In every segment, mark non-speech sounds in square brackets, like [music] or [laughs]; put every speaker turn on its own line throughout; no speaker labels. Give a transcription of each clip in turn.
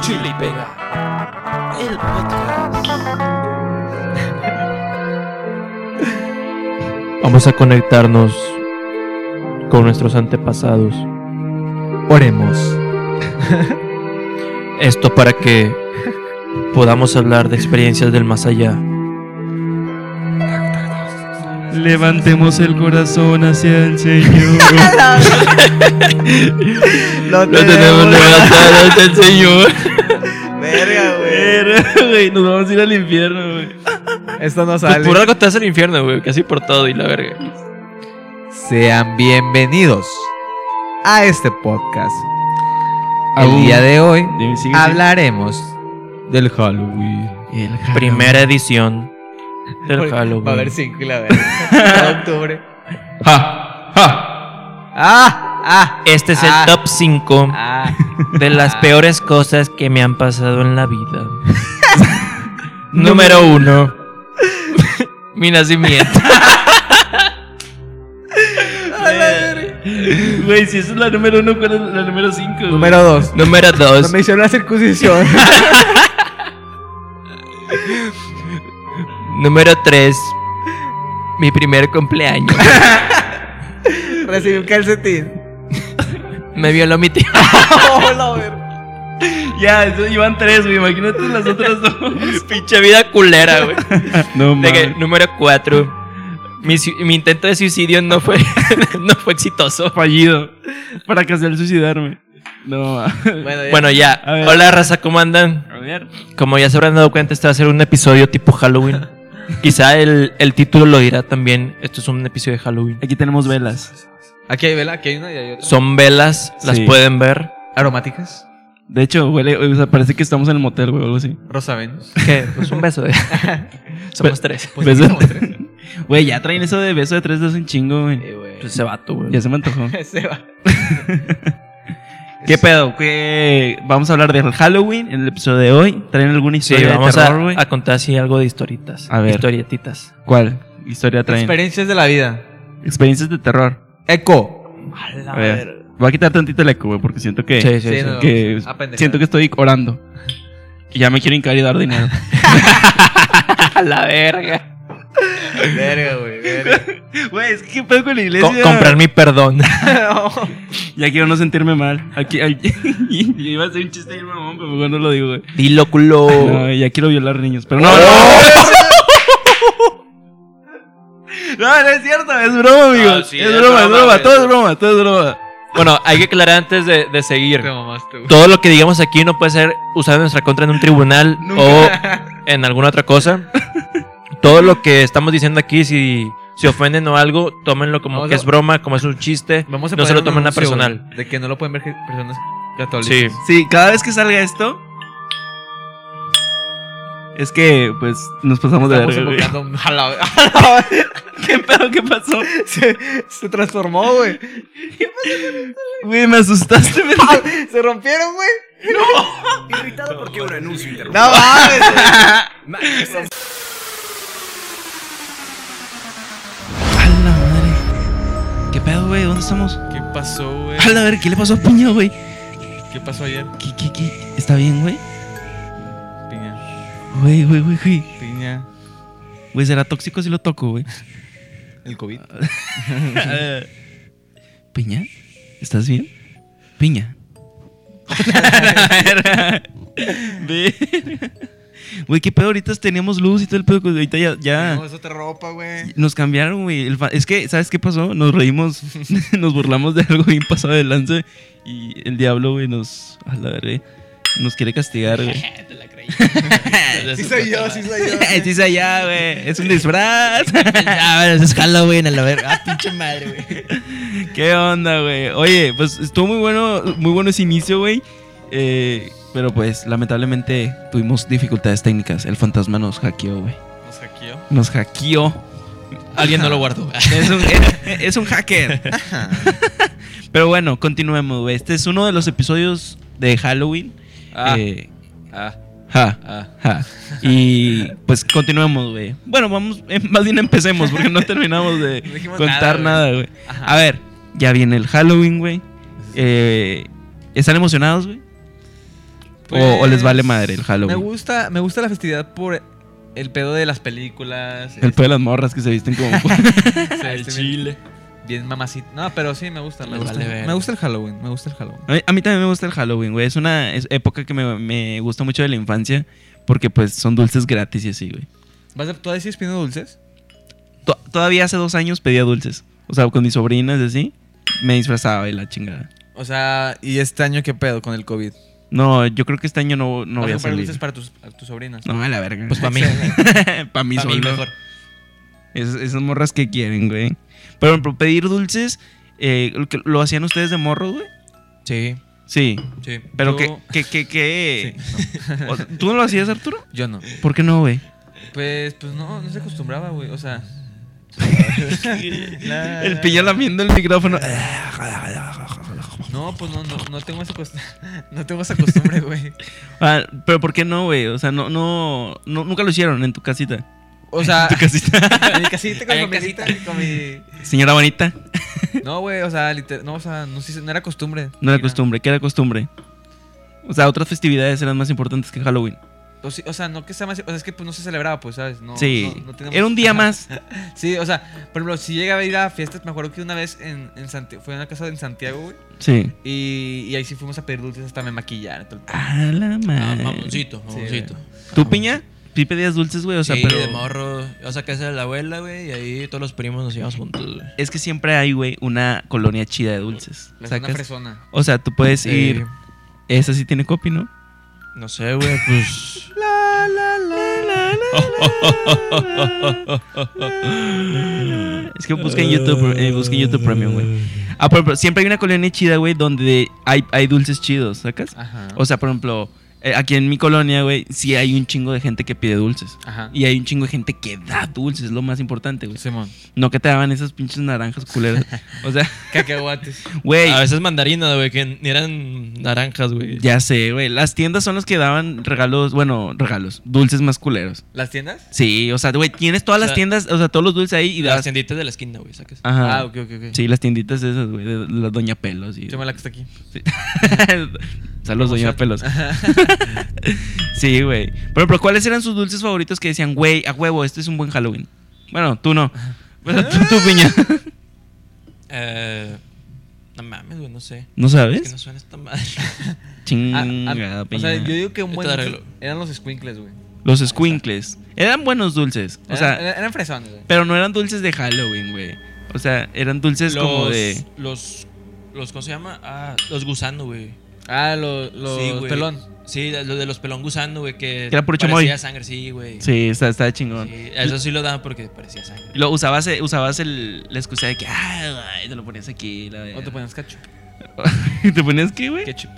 Chile y pega. El podcast.
Vamos a conectarnos con nuestros antepasados. [laughs]
Oremos.
Esto para que podamos hablar de experiencias del más allá.
Levantemos el corazón hacia el Señor.
Lo
Lo tenemos [laughs] levantado ante el Señor.
Verga, güey.
Verga, güey, Nos vamos a ir al infierno, güey.
Esto no
Pues
sale.
por algo estás en el infierno, güey. Casi por todo y la verga.
Sean bienvenidos a este podcast.
Aún.
El día de hoy
[laughs] Dime, sigue,
hablaremos del Halloween.
sigue. El jalo.
Primera edición del
Porque
Halloween.
Va a haber cinco y la verga. [laughs] Cada octubre.
Ja, ja.
¡Ah! ¡Ah!
Este es
Ah.
el top 5
¡Ah!
de las
Ah.
peores cosas que me han pasado en la vida. [laughs] Número [laughs] 1. Mi nacimiento.
Güey, si esa es la número uno, ¿cuál es la número cinco?
[laughs] Número dos.
[laughs] Número 2.
No me hicieron la [laughs] circuncisión.
Número 3. Mi primer [laughs] cumpleaños.
Recibí un [laughs] calcetín.
Me violó mi tía.
¡Oh, la verga!
Ya, eso iban tres, güey. Imagínate las otras dos.
[laughs] Pinche vida culera, [laughs] güey.
[laughs] No
De que, número 4. Mi, sui- mi intento de suicidio no fue, [laughs] no fue [laughs] exitoso.
fallido. Para casar suicidarme. No [laughs] mames.
Bueno, ya.
Bueno, ya.
A ver.
Hola, raza, ¿cómo andan?
A ver.
Como ya se habrán dado cuenta, este va a ser un episodio tipo [laughs] Halloween. Quizá el, el título lo dirá también. Esto es un episodio de Halloween.
Aquí tenemos velas.
Aquí hay vela, aquí hay una y hay otra.
Son velas, las
Sí.
pueden ver.
aromáticas.
De hecho, huele, o sea, parece que estamos en el motel, güey, o algo así.
Rosa Venus.
¿Qué? Pues un beso. [laughs] Somos tres.
[laughs] Pues
Beso.
aquí como [laughs] tres.
Güey, ya traen eso de beso de tres, dos un chingo, güey.
Eh, güey. [laughs]
Pues ese vato, güey.
Ya se me antojó.
Se va.
[laughs] ¿Qué pedo? ¿Qué? Vamos a hablar del Halloween en el episodio de hoy. ¿Traen alguna
Sí,
historia
vamos
de
a-
terror, güey?
a, contar así algo de historitas.
A ver.
Historietitas.
¿Cuál historia traen?
Experiencias de la vida.
Experiencias de terror.
Eco.
A ver. Voy a quitar tantito el eco, güey, porque siento que,
Sí, sí, sí.
Sí, no.
que
Ah, pendejo.
siento que estoy orando. Y ya me quiero hincar y dar dinero.
A la verga.
Verga, güey. verga.
[laughs] Güey, es que qué pedo con la
Co-
iglesia.
comprar mi perdón.
Ya quiero no sentirme mal. Aquí, aquí- [laughs] yo iba a hacer un chiste y mamón, pero mejor no lo digo, güey.
[laughs] Dilo, culo.
No, ya quiero violar niños, pero no. No, [laughs] no, no es cierto, es broma, amigos.
Ah, sí,
es,
es
broma, es
broma,
broma,
güey.
todo es broma, todo es broma.
Bueno, hay que aclarar antes de, de seguir.
Te mamaste, güey.
Todo lo que digamos aquí no puede ser usado en nuestra contra en un tribunal o en alguna otra cosa. Todo lo que estamos diciendo aquí, si, si ofenden o algo, tómenlo como
Vamos
que
a-
es broma, como es un chiste.
Vamos a
no se
poner
lo
un
tomen a
anuncio, güey,
personal.
De que no lo pueden ver ge- personas católicas.
Sí.
Sí, cada vez que salga esto. Es que, pues, nos pasamos
Estamos
de verga, güey.
invocando un- a la- a la-
[laughs] ¿Qué pedo? ¿Qué pasó?
[laughs] se, se transformó, güey. [laughs]
Güey, me asustaste, me
Se rompieron, güey. [laughs]
Irritado porque un anuncio interrumpido.
No mames. güey.
A la madre. ¿Qué pedo, güey? ¿Dónde estamos?
¿Qué pasó, güey?
A la ver, ¿qué le pasó a Piña, güey?
¿Qué pasó ayer?
¿Qué, qué, qué? ¿Está bien, güey?
Piña.
Güey, güey, güey, güey.
Piña.
Güey, será tóxico si lo toco, güey.
El COVID.
Piña, ¿estás bien? Piña. Verga. Güey, qué pedo, ahorita teníamos luz y todo el pedo, güey, ahorita ya... ya...
No, eso te ropa, güey.
Nos cambiaron, güey. el fa- Es que, ¿sabes qué pasó? Nos reímos, [laughs] nos burlamos de algo bien pasado de lance y el diablo, güey, nos. A la verga. Nos quiere castigar, güey.
Sí soy yo, sí
[laughs]
soy yo.
Sí, es allá, güey. Es
[laughs]
un disfraz.
Ah, bueno, eso es Halloween a la verga. Ah, pinche madre, güey.
¿Qué onda, güey? Oye, pues estuvo muy bueno, muy bueno ese inicio, güey. Eh, pero pues, lamentablemente tuvimos dificultades técnicas. El fantasma nos hackeó, güey.
Nos hackeó.
Nos hackeó.
Alguien no lo
[laughs]
guardó. [laughs]
Es un, es, es un hacker. Pero bueno, continuemos, güey. Este es uno de los episodios de Halloween.
Ah.
Eh, ja, ja. Y pues continuemos, güey. Bueno, vamos, eh, más bien empecemos porque
[laughs]
no terminamos de
No dijimos
contar
nada,
nada, güey. A ver, ya viene el Halloween, güey. Eh, ¿Están emocionados, güey? o, o les vale madre el Halloween?
Pues, Me gusta, me gusta la festividad por el pedo de las películas.
El pedo de las morras que se
[laughs]
visten como. [laughs]
este,
El
este,
chile.
Bien, bien mamacito. No, pero sí, me gusta. Me
Les
gusta,
vale ver.
me gusta el Halloween. Me gusta el Halloween.
A mí, a mí también me gusta el Halloween, güey. Es una es- época que me, me gusta mucho de la infancia porque pues son dulces gratis y así, güey.
¿Vas a, ¿Todavía sigues pidiendo dulces?
To- todavía hace dos años pedía dulces. O sea, con mis sobrinas y así, me disfrazaba y la chingada.
O sea, ¿y este año qué pedo con el COVID?
No, yo creo que este año no, no
¿Vas
voy
a
a
comprar
salir.
dulces para tus, a tus sobrinas?
No, a la verga.
Pues
[laughs]
para mí.
para mí
Para mí
solo.
mejor.
Esas, esas morras que quieren, güey. Por ejemplo, pedir dulces, eh, lo que- ¿lo hacían ustedes de morro, güey?
Sí,
Sí.
sí.
Pero que,
yo,
que, que, que... [laughs] O sea, ¿Tú no lo hacías, Arturo?
Yo no.
¿Por qué no, güey?
Pues, pues no, no se acostumbraba, güey. O [laughs] sea. Nah,
El
nah.
pillo lamiendo el micrófono.
No, pues no, no, no tengo esa costumbre. [laughs] No tengo esa costumbre, güey.
Ah, pero ¿por qué no, güey? O sea, no, no, no, nunca lo hicieron en tu casita.
O sea,
[laughs] Tu casita.
en [laughs] mi casita con mi
Ahí en
familita, con mi.
Señora bonita,
No, güey, o sea, literal. No, o sea, no, sí, no era costumbre.
no era costumbre, ¿qué era costumbre? O sea, otras festividades eran más importantes que Halloween.
O, sí- o sea, no que sea más. O sea, es que pues, no se celebraba, pues, ¿sabes? No,
sí,
no- no teníamos-
era un
[laughs]
día
Ajá.
más.
Sí, o sea, por ejemplo, si llegaba a ir a fiestas, me acuerdo que una vez en, en Santiago, fue a una casa en Santiago, güey.
Sí.
Y, y ahí sí fuimos a pedir dulces hasta me maquillaron. y todo el pedo.
A la
Ah,
madre.
mamoncito, mamoncito.
¿Tú, piña? ¿Sí pedías dulces, güey? O sea,
sí,
pero...
de morro. Ibas a casa de la abuela, güey, y ahí todos los primos nos íbamos juntos, güey.
Es que siempre hay, güey, una colonia chida de dulces.
La zona
¿Sacas?
fresona.
O sea, tú puedes
Sí.
ir... Esa sí tiene copy, ¿no?
No sé, güey, pues.
Es que busca en YouTube, eh, busca en YouTube Premium, güey. Ah, por ejemplo, siempre hay una colonia chida, güey, donde hay, hay dulces chidos, ¿sacas?
Ajá.
O sea, por ejemplo, eh, aquí en mi colonia, güey, sí hay un chingo de gente que pide dulces.
Ajá.
Y hay un chingo de gente que da dulces, es lo más importante, güey.
Simón.
No que te daban esas pinches naranjas
[laughs]
culeras. O sea,
Cacahuates.
güey,
A veces mandarinas, güey, que ni eran naranjas, güey.
ya sé, güey. Las tiendas son las que daban regalos, bueno, regalos, dulces más culeros.
¿Las tiendas?
Sí, o sea, güey, tienes todas
O
las
sea,
tiendas, o sea, todos los dulces ahí y
Y las
das.
tienditas de la esquina, güey, sacas.
Ajá.
Ah, ok, ok, ok.
Sí, las tienditas esas, güey, de la Doña Pelos. Y...
Yo me la que está aquí.
[laughs] Saludos, Doña
Vamos a-
Pelos. [laughs] sí, güey. Pero, pero, ¿cuáles eran sus dulces favoritos que decían, güey, a huevo, este es un buen Halloween? Bueno, tú no. Bueno, tú, tú,
[laughs]
piña.
Eh, no mames, güey, no sé.
¿No
Es que
sabes?
no suena esta madre.
Ah, ah,
Chingada,
o sea,
piña.
yo digo que un buen
Yo te
dulce
arreglo.
eran los squinkles, güey.
Los squinkles. Eran buenos dulces. O
Eran-
sea,
eran, eran fresones, güey.
pero no eran dulces de Halloween, güey. O sea, eran dulces como de.
Los, los, ¿cómo se llama? Ah, los gusano, güey.
Ah, los, los
Sí, güey.
pelón.
Sí, lo de los pelón gusano, güey, que,
Que era puro chamoy.
parecía sangre, sí, güey.
Sí, está, está chingón.
Sí, eso sí lo daban porque parecía sangre.
Lo usabas, eh, usabas el, la excusa de que, ah, ay, te lo ponías aquí. La
O te ponías ketchup.
[laughs] ¿Te ponías qué, güey?
Ketchup.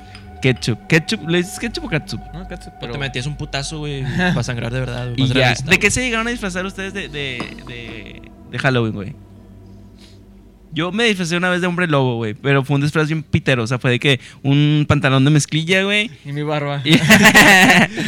Ketchup. Ketchup. ¿Le dices ketchup o catsup?
No, ketchup.
Pero
Pero
Pues te metías un putazo,
[laughs]
güey, para sangrar de verdad, güey.
Y
más
ya.
realista,
¿De
güey.
qué se llegaron a disfrazar ustedes de, de, de, de Halloween, güey? Yo me disfrazé una vez de hombre lobo, güey. Pero fue un disfraz bien pitero. O sea, fue de que un pantalón de mezclilla, güey.
Y mi barba. [laughs]
Y,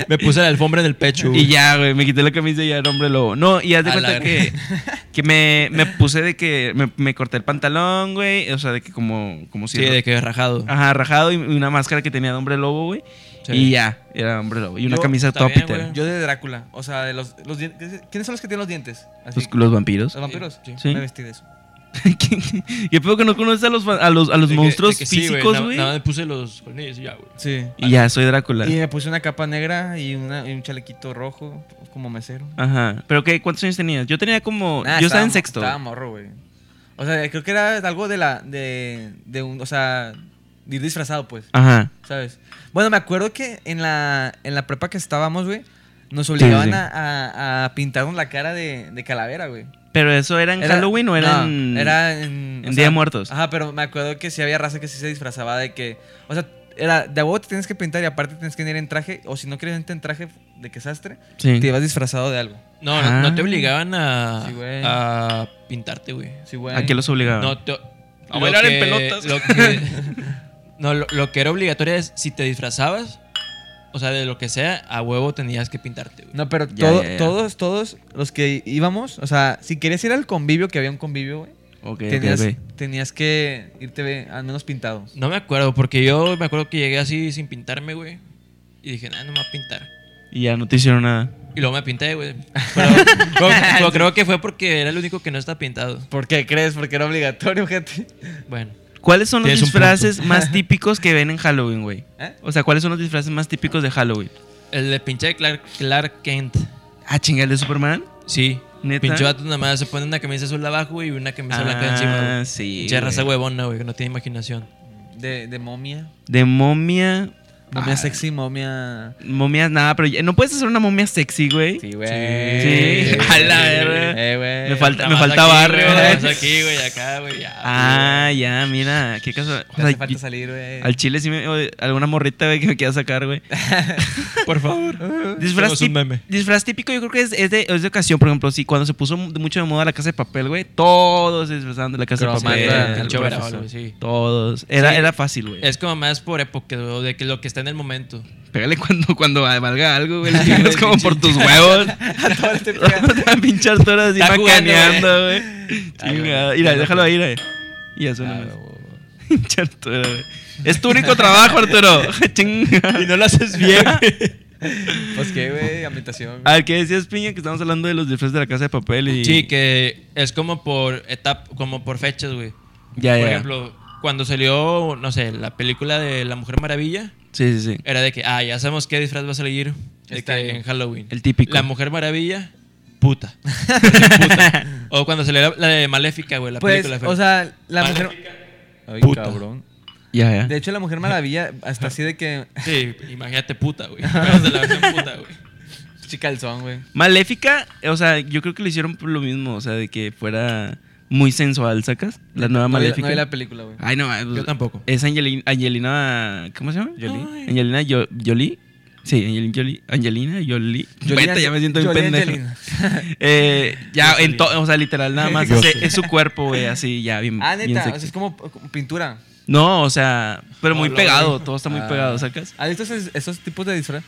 [laughs]
Me puse la alfombra en el pecho,
y ya, güey. Me quité la camisa y ya era hombre lobo. No, y haz de
A la
cuenta que, [laughs] que me, me puse de que me, me corté el pantalón, güey. O sea, de que como, como si.
Sí, de que rajado.
Ajá, rajado y una máscara que tenía de hombre lobo, güey.
Sí.
Ah, Y ya, era hombre lobo. Y una
Yo-
camisa
está
toda
bien,
pitera.
güey.
Yo de Drácula. O sea, de los, los dientes. ¿Quiénes son los que tienen los dientes? Así.
Los, los vampiros.
¿Los
Oh.
vampiros?
Sí.
Sí.
Me vestí de eso.
¿Qué- ¿Qué pedo que no conoces a los, fa- a los, a los
De que-
monstruos
de que sí,
físicos,
nada-
güey?
Nada, más me puse los colmillos y ya, güey.
Sí.
y ya, soy Drácula.
Y me puse una capa negra y, una, y un chalequito rojo como mesero.
Ajá. ¿Pero qué? ¿Cuántos años tenías? Yo tenía como...
Nah,
yo estaba en
mo-
sexto.
Estaba morro, güey. O sea, creo que era algo de la. de. de un. O sea. de ir disfrazado, pues.
Ajá.
¿Sabes? Bueno, me acuerdo que en la. En la prepa que estábamos, güey. Nos obligaban
sí.
A, a- a pintarnos la cara de, de calavera, güey.
¿Pero eso era en
Era-
Halloween o era en...?
No, era en.
en Día de Muertos.
Ajá, pero me acuerdo que sí había raza que sí se disfrazaba de que. O sea, era de a huevo te tienes que pintar y aparte tienes que ir en traje. O si no quieres irte en traje de que sastre,
Sí.
te ibas disfrazado de algo.
No,
Ah.
no, no te obligaban a,
Sí, güey.
a pintarte, güey.
Sí, güey.
¿A qué los obligaban?
No, te-
Ah. A
lo
bailar en
que-
pelotas.
Lo que,
[laughs]
[laughs] no, lo, lo que era obligatorio es si te disfrazabas, o sea, de lo que sea, a huevo tenías que pintarte, güey.
No, pero
Ya,
todo-
ya, ya.
todos, todos los que íbamos, o sea, si querías ir al convivio, que había un convivio, güey,
Ok,
tenías,
ok, ok.
tenías que irte ve, al menos pintado.
No me acuerdo, porque yo me acuerdo que llegué así sin pintarme, güey. Y dije, ah, no me va a pintar.
Y ya no te hicieron nada.
Y luego me pinté,
[laughs]
güey. Pero, pero- pero creo que fue porque era el único que no está pintado.
¿Por qué crees? Porque era obligatorio, gente.
Bueno.
¿Cuáles son los
Tienes un
disfraces más típicos que ven en Halloween, güey?
¿Eh?
O sea, ¿cuáles son los disfraces más típicos de Halloween?
El de pinche de Clark, Clark Kent.
Ah, chinga, ¿el de Superman.
Sí.
¿Neta?
Pinche vato nada más se pone una camisa azul abajo y una camisa blanca encima.
Ah,
güey.
sí.
Pinche raza
güey.
huevona, güey, que no tiene imaginación.
De, de momia.
De momia.
Momia sexy, momia.
Momias, nada, pero ya- no puedes hacer una momia sexy, güey.
Sí, güey. [laughs]
Sí. A la verga.
Eh, güey.
Me falta, me
Nada más
falta
aquí,
barrio.
güey, nada más
güey.
aquí, güey, acá, güey, ya.
Ah, ya, mira, qué casual.
Te
O
hace
sea,
falta
yo-
salir, güey.
al chile sí me. o- Alguna morrita, güey, que me quiera sacar, güey.
Por favor.
Disfraz,
Somos un
tip-
meme.
disfraz típico, yo creo que es, es de, es de ocasión. Por ejemplo, si cuando se puso mu- mucho de moda la casa de papel, güey, todos se disfrazaban de la casa
Crossman,
de
eh,
papel.
pinche
güey.
overall, güey, sí.
Todos. Era,
Sí.
era fácil, güey.
Es como más por época, o de que lo que está en el momento.
Pégale cuando, cuando valga algo, güey. Es como por tus huevos.
A todo este
Te van a pinchar todas así
Está jugando,
macaneando, güey. Chingada. Mira, déjalo ahí, güey. Y eso
Ah,
nomás. [laughs] Pinche Arturo, güey. Es tu único trabajo, Arturo. [laughs] Chinga.
Y no lo haces bien.
Pues qué, güey. Ambientación.
[laughs] A ver, ¿qué decías, Piña? Que estamos hablando de los disfraces de la casa de papel y.
Sí, que es como por etapa, como por fechas, güey.
Ya,
Por
ya.
ejemplo, cuando salió, no sé, la película de La Mujer Maravilla,
Sí, sí, sí.
era de que, ah, ya sabemos qué disfraz va a salir de
Este
que
año.
en Halloween.
El típico.
La Mujer Maravilla,
[laughs]
puta. Puta. O cuando salió la, la de Maléfica, güey, la
Pues,
película.
o sea, la
Maléfica.
mujer. Ay,
Puta.
cabrón.
Ya, ya.
De hecho, la mujer maravilla, hasta así de que.
Sí, imagínate puta, güey. Pero de la versión puta, güey.
[laughs]
Chica el son, güey.
Maléfica, o sea, yo creo que lo hicieron por lo mismo, o sea, de que fuera muy sensual, ¿sacas? La
No
nueva
vi la-
Maléfica.
No vi la película, güey.
Ay, no, pues,
Yo tampoco.
Es Angelina, Angelina, ¿cómo se llama?
Jolie.
Ay. Angelina Jo- Jolie. Sí, Angelina Jolie. Angelina Jolie. Vete, ya me siento bien
Jolie
pendejo.
Angelina.
Eh, ya, en to- o sea, literal, nada más. es, es su cuerpo, güey, así, ya, bien.
Ah,
bien
neta, o sea,
sexy.
es como, como pintura.
No, o sea, pero muy
Hola,
pegado,
güey.
todo está muy
Ah.
pegado, ¿sacas? [laughs]
¿Has visto esos, esos tipos de disfraz?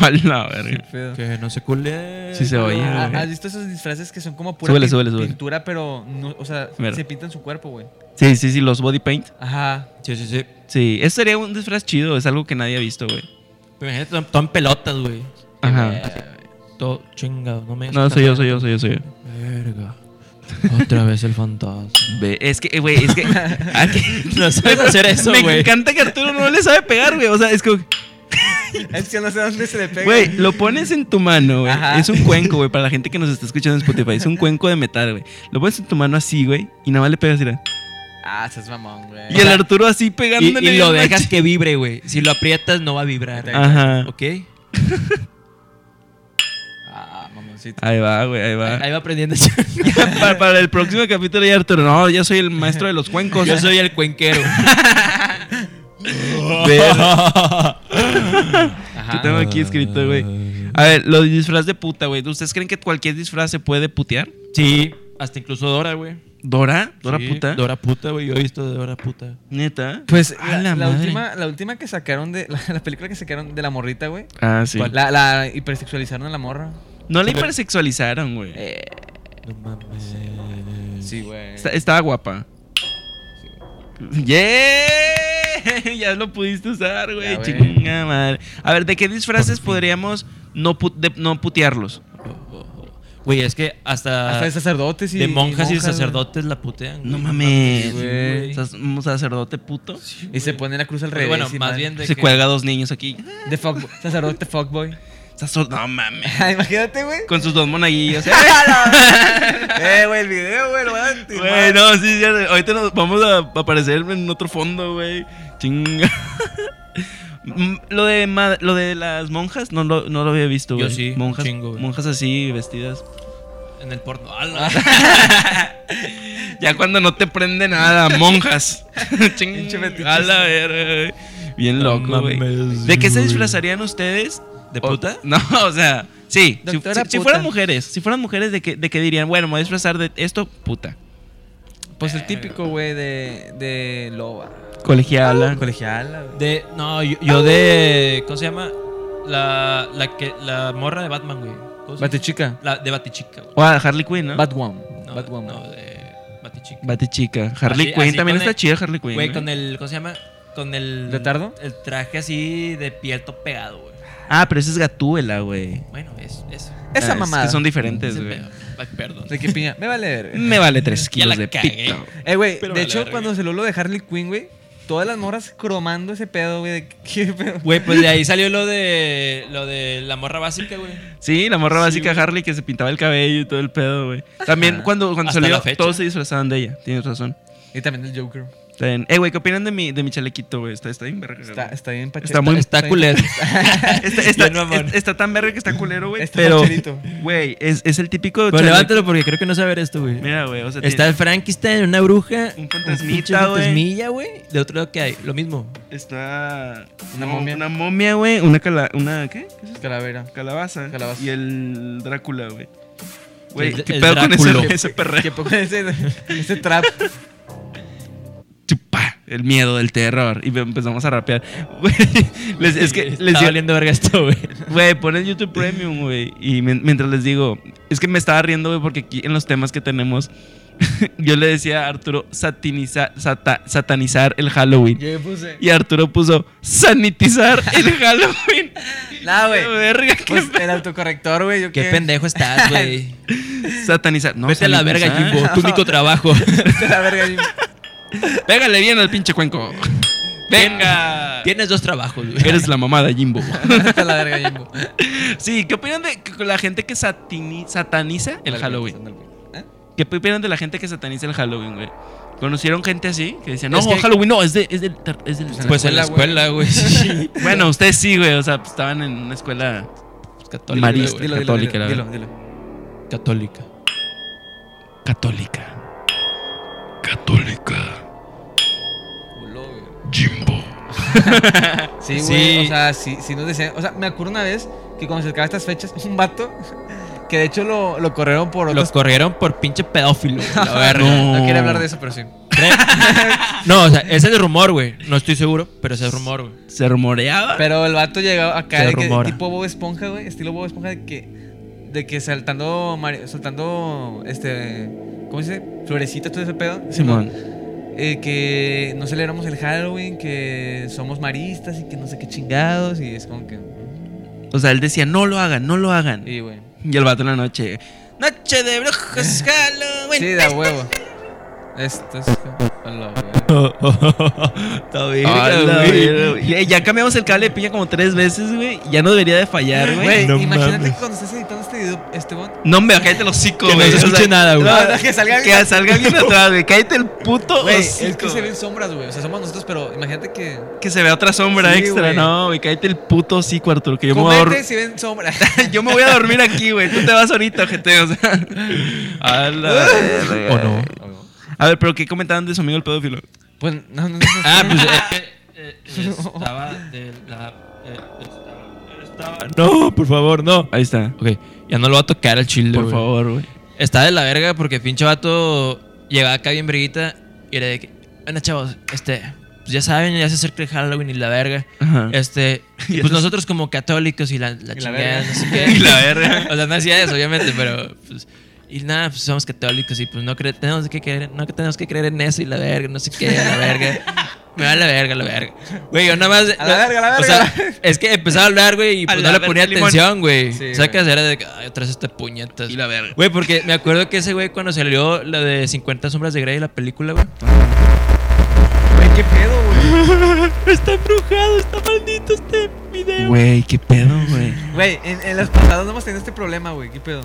A la verga.
Feo.
Que no se culé.
Sí se oye,
Ah,
güey.
¿Has visto esos disfraces que son como pura
Súbele,
pin-
súbele, súbele.
pintura, pero no, o sea,
Mira.
se pintan su cuerpo, güey?
Sí, sí, sí, los body paint.
Ajá. [laughs]
Sí, sí, sí.
Sí, eso sería un disfraz chido, es algo que nadie ha visto, güey.
Pero imagínate, todo- todo en pelotas, güey.
Ajá.
Todo chingado, no me.
No, soy yo, soy yo, soy yo, soy yo.
Verga. Otra vez el fantasma.
Ve, Es que, eh, güey, es que. [laughs] Ah, que-
[laughs] No sabes hacer eso,
[laughs] me
güey.
encanta que Arturo no le sabe pegar, güey. O sea, es como.
Es que no sé dónde se le pega.
Güey, lo pones en tu mano, güey.
Ajá.
Es un cuenco, güey, para la gente que nos está escuchando en Spotify. Es un cuenco de metal, güey. Lo pones en tu mano así, güey, y nada más le pegas, mira.
Ah, estás mamón, güey.
Y el Arturo así
Eh. Y,
pegándole.
y lo
bien
dejas
machi-
que vibre, güey. Si lo aprietas, no va a vibrar. eh.
Ajá.
¿Ok?
Ah, mamoncito.
Ahí va, güey, ahí va. [laughs]
Ahí va aprendiendo.
para, para el próximo capítulo ya Arturo, no, ya soy el maestro de los cuencos.
Yo soy el
[laughs]
cuenquero.
Yo
Ajá.
tengo aquí escrito, güey. A ver, lo de disfraz de puta, güey. ¿Ustedes creen que cualquier disfraz se puede putear?
[laughs] Sí, hasta incluso Dora, güey.
¿Dora? ¿Dora
Sí,
puta?
Dora puta, güey. Yo he visto de Dora puta.
¿Neta?
Pues
A
la,
la
la
madre.
última, la última que sacaron de. [laughs] La, la película que sacaron de la morrita, güey.
Ah, sí.
La, la hipersexualizaron a la morra.
No la hipersexualizaron, güey.
Eh,
No mames.
sí, güey.
Está- estaba guapa. ¡Yeah! [laughs] ya lo pudiste usar, güey.
Ya, güey.
Chinga madre. A ver, ¿de qué disfraces podríamos no, pu- de- no putearlos?
Güey, es que hasta,
Hasta de sacerdotes y.
de monjas y,
monjas,
sacerdotes la putean. güey.
No mames.
güey.
Sas- Un sacerdote puto.
güey. Y se pone la cruz al
Pero
revés.
bueno,
y
más
mal.
bien de
Se
que-
cuelga dos niños aquí.
De fuck, sacerdote
[laughs]
fuckboy. [laughs]
Sazor- No mames.
Imagínate, güey.
Con sus dos monaguillos. ¡Eh!
Eh, güey, el video, güey, lo van a timar.
Güey, no, sí, sí, ahorita nos vamos a aparecer en otro fondo, güey. Chinga. [laughs] Mm, Lo de, ma- lo de las monjas no lo, no lo había visto,
Yo
güey.
sí, un
monjas,
chingo, güey.
monjas así vestidas.
En el porno. Ah, ¡Ala!
[laughs] Ya cuando no te prende nada, monjas. [laughs] Chinga, a la verga, güey. Bien
No
loco, güey.
mames,
¿De qué se
güey.
disfrazarían ustedes?
¿De
O-
puta?
[laughs] no, o sea, sí. Si,
Doctora
si- si
puta.
fueran mujeres, si fueran mujeres, ¿de qué, ¿de qué dirían? Bueno, me voy a disfrazar de esto, puta.
Pues el típico, güey, de, de loba.
Colegiala.
Colegiala, güey.
De. No, yo, yo de. ¿Cómo se llama? La, la, que, la morra de Batman, güey. ¿Cómo se llama?
Batichica.
La, de Batichica, güey.
O a Harley Quinn, ¿no?
Batwoman.
Pues No,
Batwoman.
no, de Batichica.
Bate chica. Harley
Así-
Quinn
así
también
con
está
el-
chida Harley Quinn.
Güey,
¿eh?
con el. ¿Cómo se llama? con el.
¿Leotardo?
El traje así de piel todo pegado, güey.
Ah, pero ese es Gatúbela, güey.
Bueno, es eso.
Esa
Ah, es
mamada.
que son diferentes,
Ese
güey.
pedo. Ay, Perdón.
De que piña. Me vale ver.
[laughs] Me vale tres
[laughs] Ya la
kilos de
cagué.
pito.
Eh, güey, de
vale
hecho,
verga.
cuando se lo lo de Harley Quinn, güey, todas las morras cromando ese pedo, güey, de que- [laughs] qué pedo.
Güey, pues de ahí salió lo de. Lo de la morra básica, güey.
Sí, la morra básica Harley que se pintaba el cabello y todo el pedo, güey. También cuando, cuando
Ah, Hasta
salió,
la fecha.
todos se disfrazaban de ella. Tienes razón.
Y también el Joker.
Está bien. Eh, güey, ¿qué opinan de mi, de mi chalequito, güey? Está, está bien verga.
Está,
güey.
está bien pacheco.
Está muy-
[laughs]
Está
[laughs]
culero.
Está, está-
bien mamón.
es- está tan verga que está culero, güey.
Está
pero,
facherito.
güey, es, es el típico.
Pero
chaleco-
levántalo porque creo que no sabe ver esto, güey.
Mira, güey, o sea,
Está el Frankenstein, una bruja,
Un
un
fantasmita,
pinche
güey.
fantasmilla, güey. De otro lado que hay, lo mismo.
tiene- está
Una
no,
momia.
Una momia, güey. Una cala, una ¿qué? ¿Qué es eso?
Calavera.
Calabaza.
Calabaza.
Y el Drácula, güey. Güey,
El-
¿qué
el
pedo con
Dráculo.
ese, ese perreo?
¿Qué poco ese, [laughs] ese trap?
Chupa, el miedo, el terror. Y empezamos a rapear. [laughs] Güey, les- es que
Está
les digo,
valiendo verga esto,
[laughs]
güey.
Güey, ponen YouTube Premium, güey. Y mien- mientras les digo, es que me estaba riendo, güey, porque aquí en los temas que tenemos, [laughs] yo le decía a Arturo satiniza- sata- satanizar el Halloween.
Yo le puse.
Y Arturo puso sanitizar el Halloween.
Nah, Ah, güey.
La verga, qué
Pues
pe-
el autocorrector, güey. yo
Qué pendejo estás, güey.
Satanizar. [laughs] No,
Vete a la verga,
sanitizar.
Jimbo.
[laughs]
Tu único trabajo.
La verga, Jim.
Pégale bien al pinche cuenco. Venga.
Tienes dos trabajos, güey.
Eres la mamada, Jimbo.
Está la verga, Jimbo.
sí, ¿qué opinan de la gente que satini- sataniza el Halloween? ¿Qué opinan de la gente que sataniza el Halloween, güey? ¿Conocieron gente así? Que decían, no,
Es que-
Halloween no, es, de, es del... ter- es del-
Pues en la escuela, güey. [laughs] sí.
Bueno, ustedes sí, güey. O sea, pues, estaban en una escuela...
Pues, Católica.
Marista.
güey.
Dilo, dilo,
Católica,
dilo,
la
dilo,
verdad.
dilo.
Católica.
Católica. Católica. Jimbo.
[laughs] Sí, güey.
Sí.
O sea, sí, sí nos decían. O sea, me acuerdo una vez que cuando se acababan estas fechas, un vato [laughs] que de hecho lo, lo corrieron por
Los
otras.
corrieron por pinche pedófilo. güey, [laughs] La verga.
Ah, No.
No quiere hablar de eso, pero sí.
No, o sea, ese es el rumor, güey. No estoy seguro, pero ese es rumor, güey.
Se rumoreaba.
Pero el vato llegó acá
Se
de que,
rumora.
tipo Bob Esponja, güey, estilo Bob Esponja de que de que saltando mari- soltando este ¿cómo se dice? florecitas todo ese pedo.
Simón.
Eh, que no celebramos el Halloween, que somos maristas y que no sé qué chingados y es como que
O sea, él decía, no lo hagan, no lo hagan.
y güey.
Y el vato en la noche... Noche de
Eh.
brujos, Halloween.
Sí, da huevo. Esto es a la verga.
Está bien,
Hola, güey. Ya- Ya cambiamos el cable de piña como tres veces, güey. Ya no debería de fallar,
Güey,
no
imagínate
mames.
que cuando estés editando este video, este bot
No, me cállate el hocico,
Que no
güey.
se escuche nada, güey.
no, no,
que salga alguien
que
[laughs]
salga alguien atrás, güey. Cállate el puto
Güey,
hocico.
es que se ven sombras, güey. O sea, somos nosotros, pero imagínate que
Que se vea otra sombra
Sí,
extra.
güey.
No, güey, cállate el puto hocico, Arturo. Que yo me, voy a
comente
dor-
si ven sombras.
yo me voy a dormir aquí, güey. Tú te vas ahorita, gente. O sea. A la verga.
¿O no?
A ver, pero ¿qué comentaban de su amigo el pedófilo?
[laughs] Pues no, no, [laughs] no.
Ah, pues [laughs] eh, eh, eh, estaba de la. eh, estaba- estaba- No, por favor, no.
Ahí está.
Ok, ya no lo va a tocar al chile,
Por
güey.
favor, güey.
Está de la verga porque pinche vato llegaba acá bien briguita y era de que, bueno, chavos, este, pues ya saben, ya se acerca el Halloween y la verga.
Ajá.
Este, y pues nosotros como católicos y la, la
la
chingada,
verga.
no sé qué.
Y la verga.
[laughs] O sea, no hacía eso, obviamente, pero pues. Y nada, pues somos católicos y pues no cre- tenemos que creer, no que tenemos que creer en eso y la verga, no sé qué, la verga. Me va la verga, la verga. Güey, yo nada más.
A la verga, a la
O
verga.
sea, es que empezaba a hablar, güey, y
A
pues
la
no le
verga,
ponía
limón.
atención, güey.
Sí,
Sacas, era de que, ay, otra vez este puñetas.
Y la verga.
Güey, porque me acuerdo que ese güey cuando salió la de 50 sombras de Grey, la película, güey.
Güey, qué pedo, güey.
Está embrujado, está maldito este video.
Güey, qué pedo, güey.
Güey, en, en las pasadas no hemos tenido este problema, güey. ¿Qué pedo?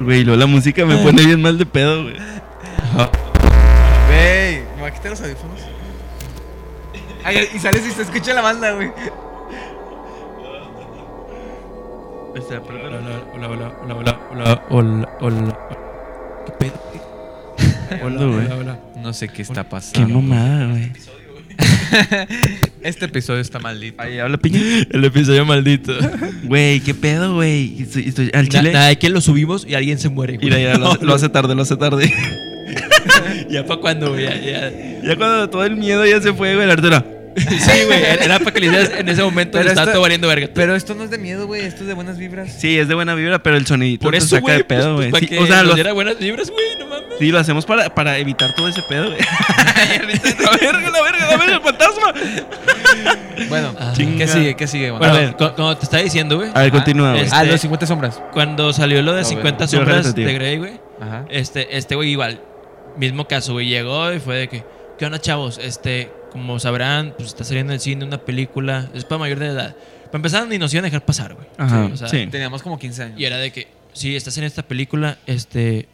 Güey, luego la música me pone bien mal de pedo, güey.
Güey, me va a quitar los audífonos. Ay, y sales y se escucha la banda, güey.
Hola, hola, hola, hola, hola, hola, hola, hola. ¿Qué pedo?
Hola, güey.
No sé qué está
Qué
pasando.
mamada, güey.
[laughs] Este episodio está maldito.
Ahí habla piña.
El episodio [laughs] maldito.
Güey, qué pedo, güey. Estoy- estoy- al
Na-
chile.
nada, de que lo subimos y alguien se muere, güey.
Mira, ya lo, hace- lo hace tarde, lo hace [laughs] tarde.
[laughs] ya para cuando, güey. Ya, ya.
[laughs] ya cuando todo el miedo ya se fue, güey, la Arturo.
Sí, güey. Era para que le hicieras en ese momento
Pero
está
esto-
todo valiendo verga.
Pero esto no es de miedo, güey. Esto es de buenas [laughs] vibras.
Sí, es de buena vibra, pero el sonidito
por
te
eso,
saca
güey.
de pedo, güey.
para
Sí,
que
o sea,
nos
lo,
diera buenas vibras, güey. No mames.
sí, lo hacemos para, para evitar todo ese pedo, güey.
la verga, la [laughs] verga, la verga, el fantasma.
Bueno,
Ah.
¿qué sigue? ¿Qué sigue, Bueno,
Bueno,
A ver.
co- como te estaba diciendo, güey.
A ver,
Ah,
continúa, güey.
es-
Ah,
este-
los 50 sombras.
Cuando salió lo de
No,
50
güey. Sí,
sombras
regrésate,
de
tío.
Grey, güey.
Ajá.
Este, este güey igual, mismo caso, güey, llegó y fue de que, ¿qué onda, chavos? Este, como sabrán, pues está saliendo en el cine una película, es para mayor de edad. Para empezar, ni nos iban a dejar pasar, güey.
Ajá,
Sí, o sea,
sí.
Teníamos como 15 años.
Y era de que, sí, está saliendo esta película, este,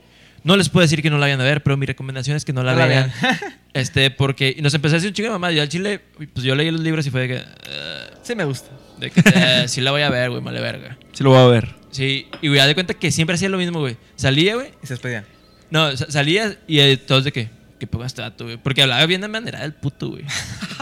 no les puedo decir que no la vayan a ver, pero mi recomendación es que no la,
No la
vean. [laughs] este, porque, y nos empezó a decir un chingo de mamá, yo al chile, pues yo leí los libros y fue de que, eh,
Sí, me gusta.
de que eh, sí la voy a ver, güey, male verga.
Sí lo voy a ver.
Sí, y güey, haz de cuenta que siempre hacía lo mismo, güey. Salía, güey,
Y se despedía.
no, sa- salías y eh, todos de que, ¿qué poco este vato, güey? Porque hablaba bien de manera del puto, güey.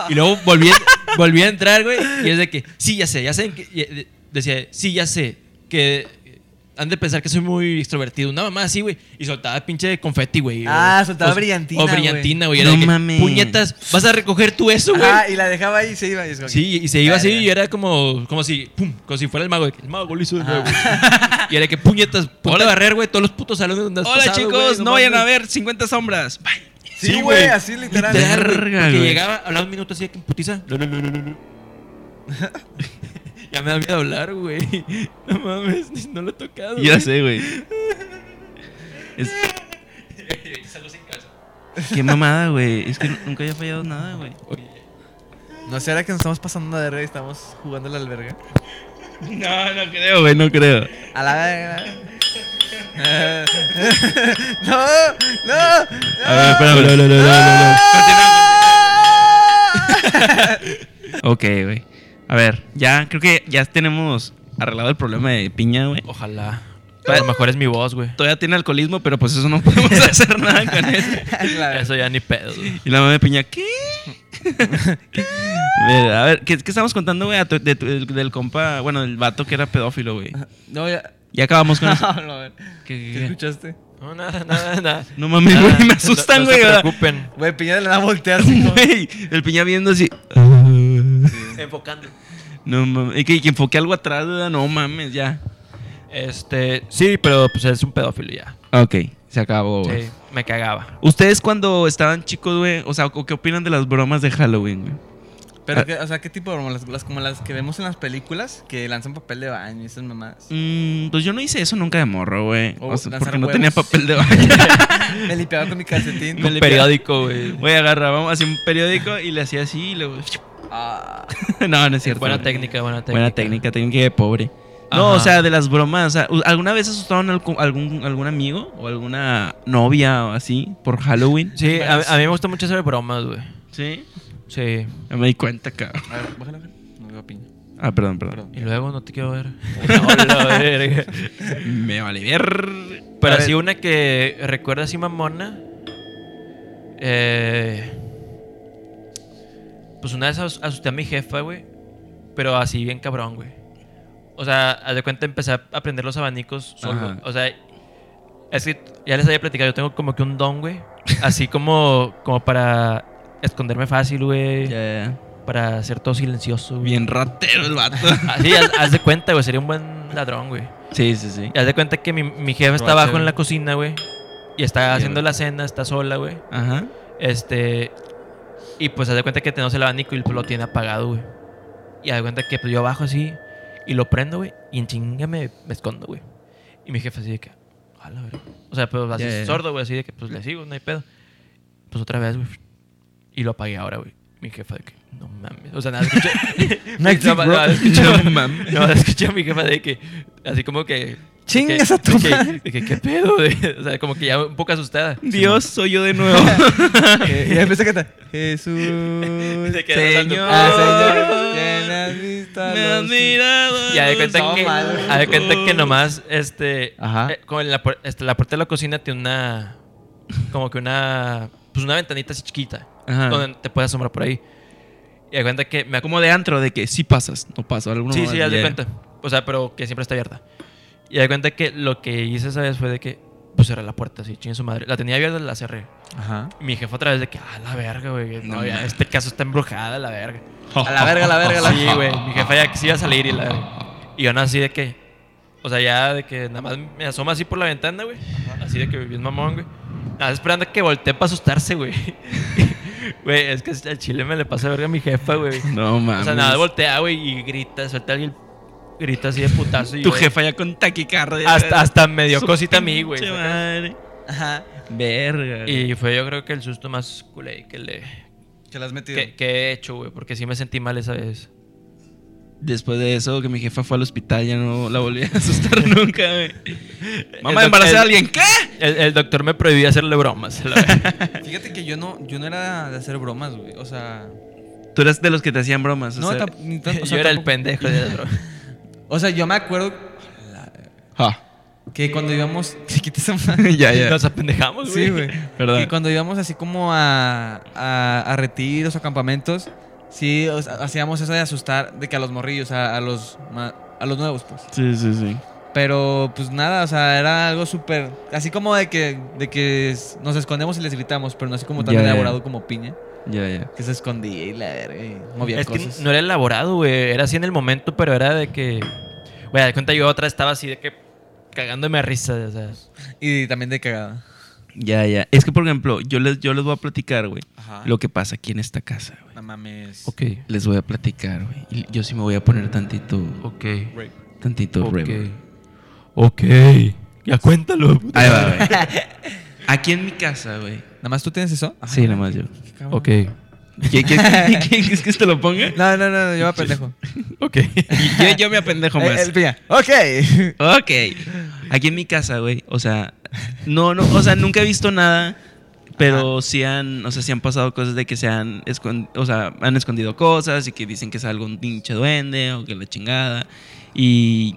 Y luego volví, a- [laughs] volví a entrar, güey, y es de que, sí, ya sé, ya sé. que- y, eh, decía, sí, ya sé, que eh, han de pensar que soy muy extrovertido. Una mamá así, güey, y soltaba pinche confeti, güey.
Ah,
o-
soltaba
o-
brillantina,
O brillantina, güey.
No
No
mames.
mames. Puñetas, vas a recoger tú eso, güey.
Ah, y la dejaba ahí y se iba. Y es como que-
Sí, y se iba así
Verga.
y era como, como si, pum, como si fuera el mago. de que El mago lo hizo de nuevo. Y era que puñetas, ponte a barrer, güey, todos los putos salones donde has
Hola,
pasado,
chicos.
güey,
no vayan
mames.
a ver 50 sombras. Bye.
Sí, güey, así literal.
Literal.
Verga,
Verga,
güey.
güey.
Porque llegaba, hablaba un minuto así de que putiza. No, no, no, no, no, no. ya me da miedo hablar, güey. [laughs] No mames, ni- no lo he tocado.
Ya sé, güey. Es- Qué mamada, güey. Es que nunca había fallado nada, güey.
No será que nos estamos pasando de red y estamos jugando a la alberga.
No, no creo, güey, no creo.
A la verga. [laughs] no, no, no.
A ver,
[laughs]
espérame. Ok, güey. A ver, ya creo que ya tenemos arreglado el problema de piña, güey.
Ojalá.
A lo
mejor es mi voz, [laughs] güey.
Todavía tiene alcoholismo, pero pues eso no [laughs] podemos hacer nada
[laughs]
con eso.
Claro.
ya ni pedo.
Y la mamá de piña, ¿qué? A ver, a ver, ¿qué, qué estamos contando, güey? a tu- de tu- del, del compa, bueno, del vato que era pedófilo, güey.
No, ya.
Ya acabamos con
No,
[laughs]
eso.
no, a ver.
¿Qué-
¿Qué
qué- qué?
escuchaste?
No, nada, [laughs] nada, nada.
No mames,
Nada.
güey, me
Ah,
asustan,
No-
güey.
No, se
ahora.
preocupen.
Güey, Piña de la nada voltea así. como-
[laughs] Güey, el piña viendo así.
Enfocando.
No mames, es que, que enfoqué algo atrás, ¿verdad? No mames, ya.
Este, sí, pero pues es un pedófilo ya.
Ok, se acabó, güey.
Sí, me cagaba.
Ustedes cuando estaban chicos, güey, o sea, ¿o ¿qué opinan de las bromas de Halloween, güey? Ah.
Pero, que- o sea, ¿qué tipo de bromas? Las- las- como las que vemos en las películas que lanzan papel de baño y esas mamadas.
Mm, pues yo no hice eso nunca de morro, güey.
Oh,
O
O sea,
lanzar
porque no
huevos.
tenía
[laughs]
papel de
[laughs]
baño.
Me limpiaba con mi calcetín.
Me
Un
le-
periódico, güey.
Güey, agarrábamos así un periódico y le hacía así y luego... [laughs]
Ah,
no, no es cierto.
Buena
güey.
técnica, buena técnica.
Buena técnica, técnica de pobre. No,
Ajá.
o sea, de las bromas. o sea, ¿Alguna vez asustaron alcu- algún, algún amigo o alguna novia o así por Halloween?
Sí, a, a mí me gusta mucho hacer bromas, güey.
Sí.
Sí.
Ya me di cuenta, cabrón.
a ver, bájale, bájale. No veo piña.
Ah, perdón, perdón. [laughs]
Perdón.
Y luego [laughs] no te quiero ver. Hola, verga.
Me vale ver.
Pero
A ver.
así una que recuerda así mamona. Eh, pues una vez as- asusté a mi jefa, güey. Pero así bien cabrón, güey. O sea, haz de cuenta empecé a aprender los abanicos solo.
Ajá.
O sea, es que ya les había platicado, yo tengo como que un don, güey.
[laughs]
Así como, como para esconderme fácil, güey.
Ya, ya,
Para ser todo silencioso, güey.
Bien ratero el vato.
Así, haz, haz de cuenta, güey. Sería un buen ladrón, güey.
sí, sí, sí.
Y haz de cuenta que mi, mi jefa está
Aprovecha,
abajo en
güey.
la cocina, güey. Y está haciendo
güey.
la cena, está sola, güey.
Ajá.
Este. Y pues haz de cuenta que tenemos el abanico y pues, lo tiene apagado, güey. Y haz de cuenta que pues, yo bajo así y lo prendo, güey. Y en chinga me, me escondo, güey. Y mi jefa así de que. A la verga". O sea, pues así
Ya, ya.
sordo, güey. Así de que pues le sigo, no hay pedo. Pues otra vez, güey. Y lo apagué ahora, güey. Mi jefa de que. No mames. O sea, nada, escuché. [laughs] no,
Netflix, bro.
[laughs]
No mames.
no, escuché a mi jefa de que, así como que...
Chingas
de
a tu
que-
madre.
de que, ¿qué pedo? de- [laughs] o sea, como que ya un poco asustada.
Dios, soy yo de nuevo.
Eh, y empecé a cantar. Jesús.
Se quedó
Señor.
hablando.
Ah, señor. Que me has visto a
Me has
los-
mirado.
Y haz de cuenta
No,
que...
mal.
haz de cuenta que nomás, este...
Ajá.
eh, con la, puer- este, la puerta de la cocina tiene una... Como que una... Pues una ventanita así chiquita.
Ajá.
Donde te puedes asomar por ahí. Y haz de cuenta que me ac-
Como de antro, de que sí pasas, no paso. Alguno
Sí,
más,
sí, haz de
ya.
cuenta. O sea, pero que siempre está abierta. Y haz de cuenta que lo que hice esa vez fue de que pues cerré la puerta así, chingue su madre. La tenía abierta, la cerré.
Ajá.
Mi jefa otra vez de que, ah, la verga, güey. No, ya, este caso está embrujada, la verga.
A la verga, a la verga,
[laughs]
a la
Sí, güey. Mi jefa ya que sí iba a salir y la verga. Y yo no así de que, o sea, ya de que nada más me asoma así por la ventana, güey. Así de que bien mamón, güey. Nada más esperando a que voltee para asustarse, güey. [laughs] Güey, es que al chile me le pasa verga a mi jefa, güey.
[laughs] No mames.
O sea, nada, voltea, güey, y grita, suelta el grita así de putazo. Y
Tu
yo-
jefa ya con taquicardia.
Hasta, hasta me dio
Su
cosita a mí, güey.
pinche madre.
Ajá.
Verga.
Y fue yo creo que el susto más culé que le
Que las has metido.
que, que he hecho, güey, porque sí me sentí mal esa vez.
Después de eso, que mi jefa fue al hospital, ya no la volví a [laughs] asustar nunca, güey. Mamá,
El doc-
embaracé a
el-
alguien. ¿Qué?
El, el doctor me prohibió hacerle bromas. la verdad.
Fíjate que yo no, yo no era de hacer bromas, güey. O sea.
Tú eras de los que te hacían bromas. o
No,
sea-
tamp- ni
[laughs]
tan- o sea,
yo era el
tampoco-
pendejo de la [laughs] droga.
O sea, yo me acuerdo
Ja. [laughs]
que cuando íbamos. [laughs] Sí, quita esa madre.
Ya, ya.
[laughs]
Nos apendejamos, güey.
Sí, güey.
Perdón.
Y cuando íbamos así como a, a, a retiros o campamentos, sí o sea, hacíamos eso de asustar de que a los morrillos, a, a los ma- a los nuevos, pues.
Sí, sí, sí.
Pero pues nada, o sea, era algo súper. Así como de que, de que s- nos escondemos y les gritamos, pero no así como tan
Ya, ya.
elaborado como piña,
Ya, ya.
que se escondía y la verga y movía
Es que
cosas.
no era elaborado, güey. Era así en el momento, pero era de que. Güey, de cuenta yo otra estaba así de que cagándome a risa. O sea.
Y también de cagada.
Ya, ya. Es que, por ejemplo, yo les, yo les voy a platicar, güey,
Ajá.
lo que pasa aquí en esta casa, güey.
No mames.
Ok,
Les voy a platicar, güey. Y yo sí me voy a poner tantito,
ok.
tantito
Ok.
rebel.
Ok. Ya cuéntalo.
Ahí
[laughs]
va, güey. Aquí en mi casa, güey.
¿Nada más tú tienes eso?
Sí, nada más yo.
Qué cabrón.
Ok,
¿Qui- qui- [laughs] ¿Quieres que te lo ponga?
No, no, no, yo me
[laughs]
pendejo.
ok.
Yo, yo
[laughs]
me apendejo
Eh,
más.
el piña. Ok. [laughs]
Ok. Aquí en mi casa, güey. O sea, no, no, o sea, nunca he visto nada. Pero sí han, o sea, sí han pasado cosas de que se han, escon- o sea, han escondido cosas y que dicen que es algún pinche duende o que la chingada. Y,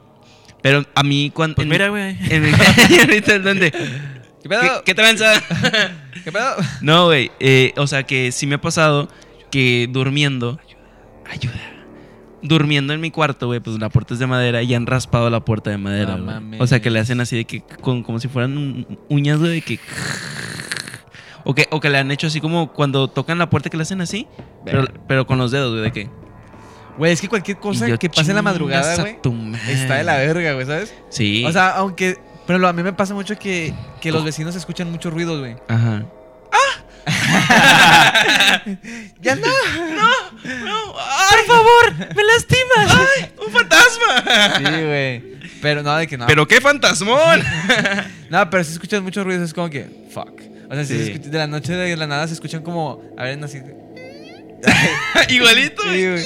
pero a mí cuando...
Pues mira, güey.
En mi [laughs] ahorita el duende.
¿Qué
¿Qué,
pedo?
qué tranza?
[laughs] ¿Qué pedo?
No, güey. eh, o sea, que sí me ha pasado que durmiendo. Ayuda. Durmiendo en mi cuarto, güey, pues la puerta es de madera y han raspado la puerta de madera,
No
güey.
mames.
o sea, que le hacen así de que, con- como si fueran un- uñas, güey, de que. O que, o que le han hecho así como cuando tocan la puerta que le hacen así, pero, pero con los dedos, güey, de que.
Güey, es que cualquier cosa
Y yo,
que pase en la madrugada,
"Chingas a
güey,
tu madre".
está de la verga, güey, ¿sabes?
Sí.
O sea, aunque. Pero lo- a mí me pasa mucho que, que los vecinos escuchan mucho ruido, güey.
Ajá.
[laughs] ¡Ya no!
¡Por favor! ¡Me lastimas!
¡Un fantasma!
Sí, güey. Pero no, de que no.
¡Pero qué fantasmón! [laughs]
no, pero si escuchan mucho ruido, es como que. Fuck. O sea, si
Sí.
se escucha- de la noche de la nada se escuchan como. A ver, así.
Igualito.
Sí, güey.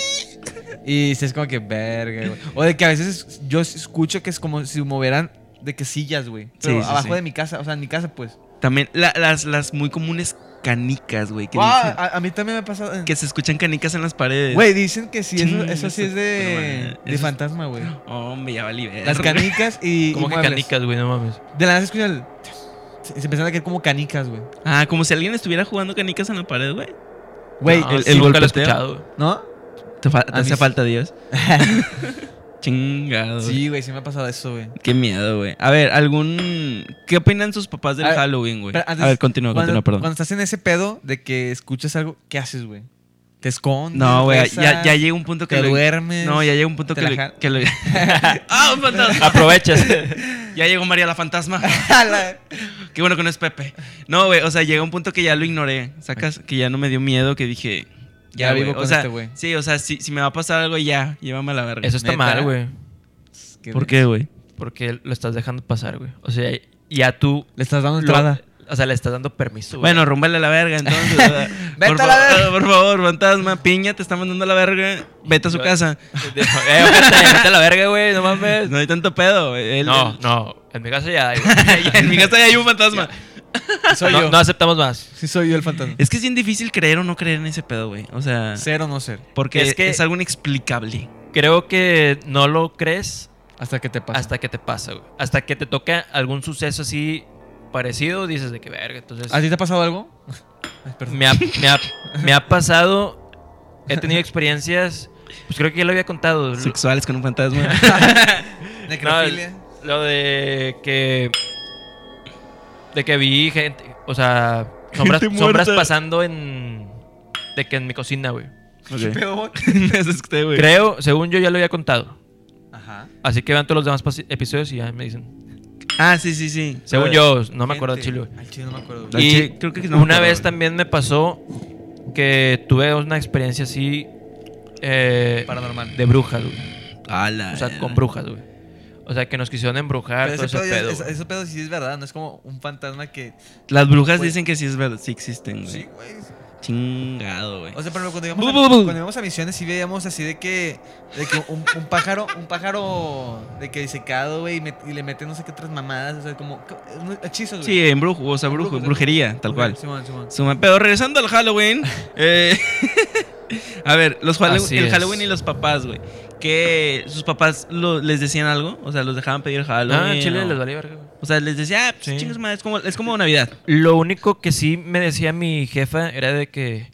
Y sí, es como que verga, güey. O de que a veces es- yo escucho que es como si movieran de que sillas, güey. Pero
Sí, sí,
abajo
sí.
de mi casa, o sea, en mi casa, pues.
También la- las, las muy comunes canicas, güey. Que,
Ah,
dicen-
a, a mí también me ha pasado. en-
que se escuchan canicas en las paredes.
Güey, dicen que sí, eso,
Chinga
eso sí
su
es de,
madre.
de
Eso-
fantasma,
[laughs]
güey.
Hombre, ya valí verga.
Las canicas y.
Como
y
que
muebles.
canicas, güey, no mames.
De la nada se escucha el. Se, se empezaron a caer como canicas, güey.
Ah, como si alguien estuviera jugando canicas en la pared, güey.
Güey,
No,
el-
sí,
el
nunca lo he
golpeteo.
escuchado, güey.
¿no?
Te, fa- te
A mí
hace
sí. [laughs]
falta Dios. Chingado.
Sí, güey, sí me ha pasado eso, güey.
Qué miedo, güey. A ver, algún. ¿Qué opinan sus papás del
A ver,
Halloween, güey?
pero
A
antes-
ver, continúa,
cuando,
continúa, perdón.
Cuando estás en ese pedo de que escuchas algo, ¿qué haces, güey? ¿Te escondes?
No, güey,
rezas,
ya, ya llega un punto que
te
lo-
duermes.
No,
[laughs]
ya llega un punto
te
que
la
lo-
ja-
que lo-
[laughs]
[laughs] ¡Ah, un
[laughs] [laughs]
fantasma!
Aprovechas.
Ya llegó María la fantasma. Qué bueno que no es Pepe. No, güey, o sea, llega un punto que ya lo ignoré. Sacas que ya no me dio miedo, que dije.
Ya vivo
güey,
con
o sea,
este güey.
Sí, o sea, si, si me va a pasar algo, ya, llévame a la verga.
Eso está
Neta.
mal, güey.
¿Por qué, güey?
Porque lo estás dejando pasar, güey. O sea, ya tú.
Le estás dando
lo-
entrada.
o sea, le estás dando permiso, güey.
Bueno, rumbale a la verga, entonces. ¿verdad?
Vete
por
a la
fa-
verga.
[laughs] Por favor, fantasma, piña, te está mandando a la verga. Vete a su
Yo-
casa.
De- [laughs] eh, vete, vete a la verga, güey, no mames.
No hay tanto pedo. güey. Él-
No,
él-
no. En mi casa ya. güey.
[laughs] en mi casa ya hay un fantasma.
Soy
no,
yo.
no aceptamos más.
Sí, soy yo el fantasma.
Es que es bien difícil creer o no creer en ese pedo, güey. O sea,
Ser o no ser.
porque
Es
es,
que-
algo inexplicable.
Creo que no lo crees
Hasta que te pasa.
hasta que te pasa, güey. Hasta que te toca algún suceso así parecido, dices de que verga. Entonces,
¿A ti te ha pasado algo? Ay, perdón.
me ha, me, ha, me ha pasado. He tenido experiencias. Pues creo que ya lo había contado. lo-
Sexuales con un fantasma.
No, lo de que De que vi gente, o sea, sombras,
Gente
sombras
muerta.
pasando en. De que en mi cocina, güey.
[laughs]
Peor.
Eso es usted, güey.
Creo, según yo ya lo había contado.
Ajá.
Así que vean todos los demás pasi- episodios y ya me dicen.
Ah, sí, sí, sí.
Según yo, no me acuerdo del
Gente,
chile, güey.
Al chile no me acuerdo.
Al
Y
chile, creo que no me
una
acuerdo,
vez
güey.
también me pasó que tuve una experiencia así. eh,
Paranormal.
De brujas, güey.
Ala,
O sea, con brujas, güey. O sea, que nos quisieron embrujar,
Pero
Ah, todo
ese
ese
pedo, ya-
pedo.
ese-
güey.
ese pedo sí es verdad, no es como un fantasma que.
Las brujas
Pues-
Güey.
dicen que sí es verdad, sí existen, güey.
Sí, güey.
Chingado, güey.
O sea, pero cuando íbamos,
Bu,
a,
bu, bu.
cuando íbamos a misiones sí veíamos así de que, de que un, un pájaro, un pájaro de que disecado, güey, y, met- y le meten no sé qué otras mamadas, o sea, como co- eh, hechizos, güey.
Sí, en brujo, o sea, brujo,
Brujos,
brujería, tal cual.
Simón, Simón.
Suma- Pero regresando al
[laughs]
Halloween. eh, [laughs] a ver, los Halloween-
Así
el
es.
Halloween y los papás, güey. Que sus papás lo- les decían algo, o sea, los dejaban pedir Halloween.
Ah, en Chile
o,
les valía verga, güey.
o sea, les decía, ah, pues,
Sí.
chingas madre, es como, es como Navidad.
Lo único que sí me decía mi jefa era de que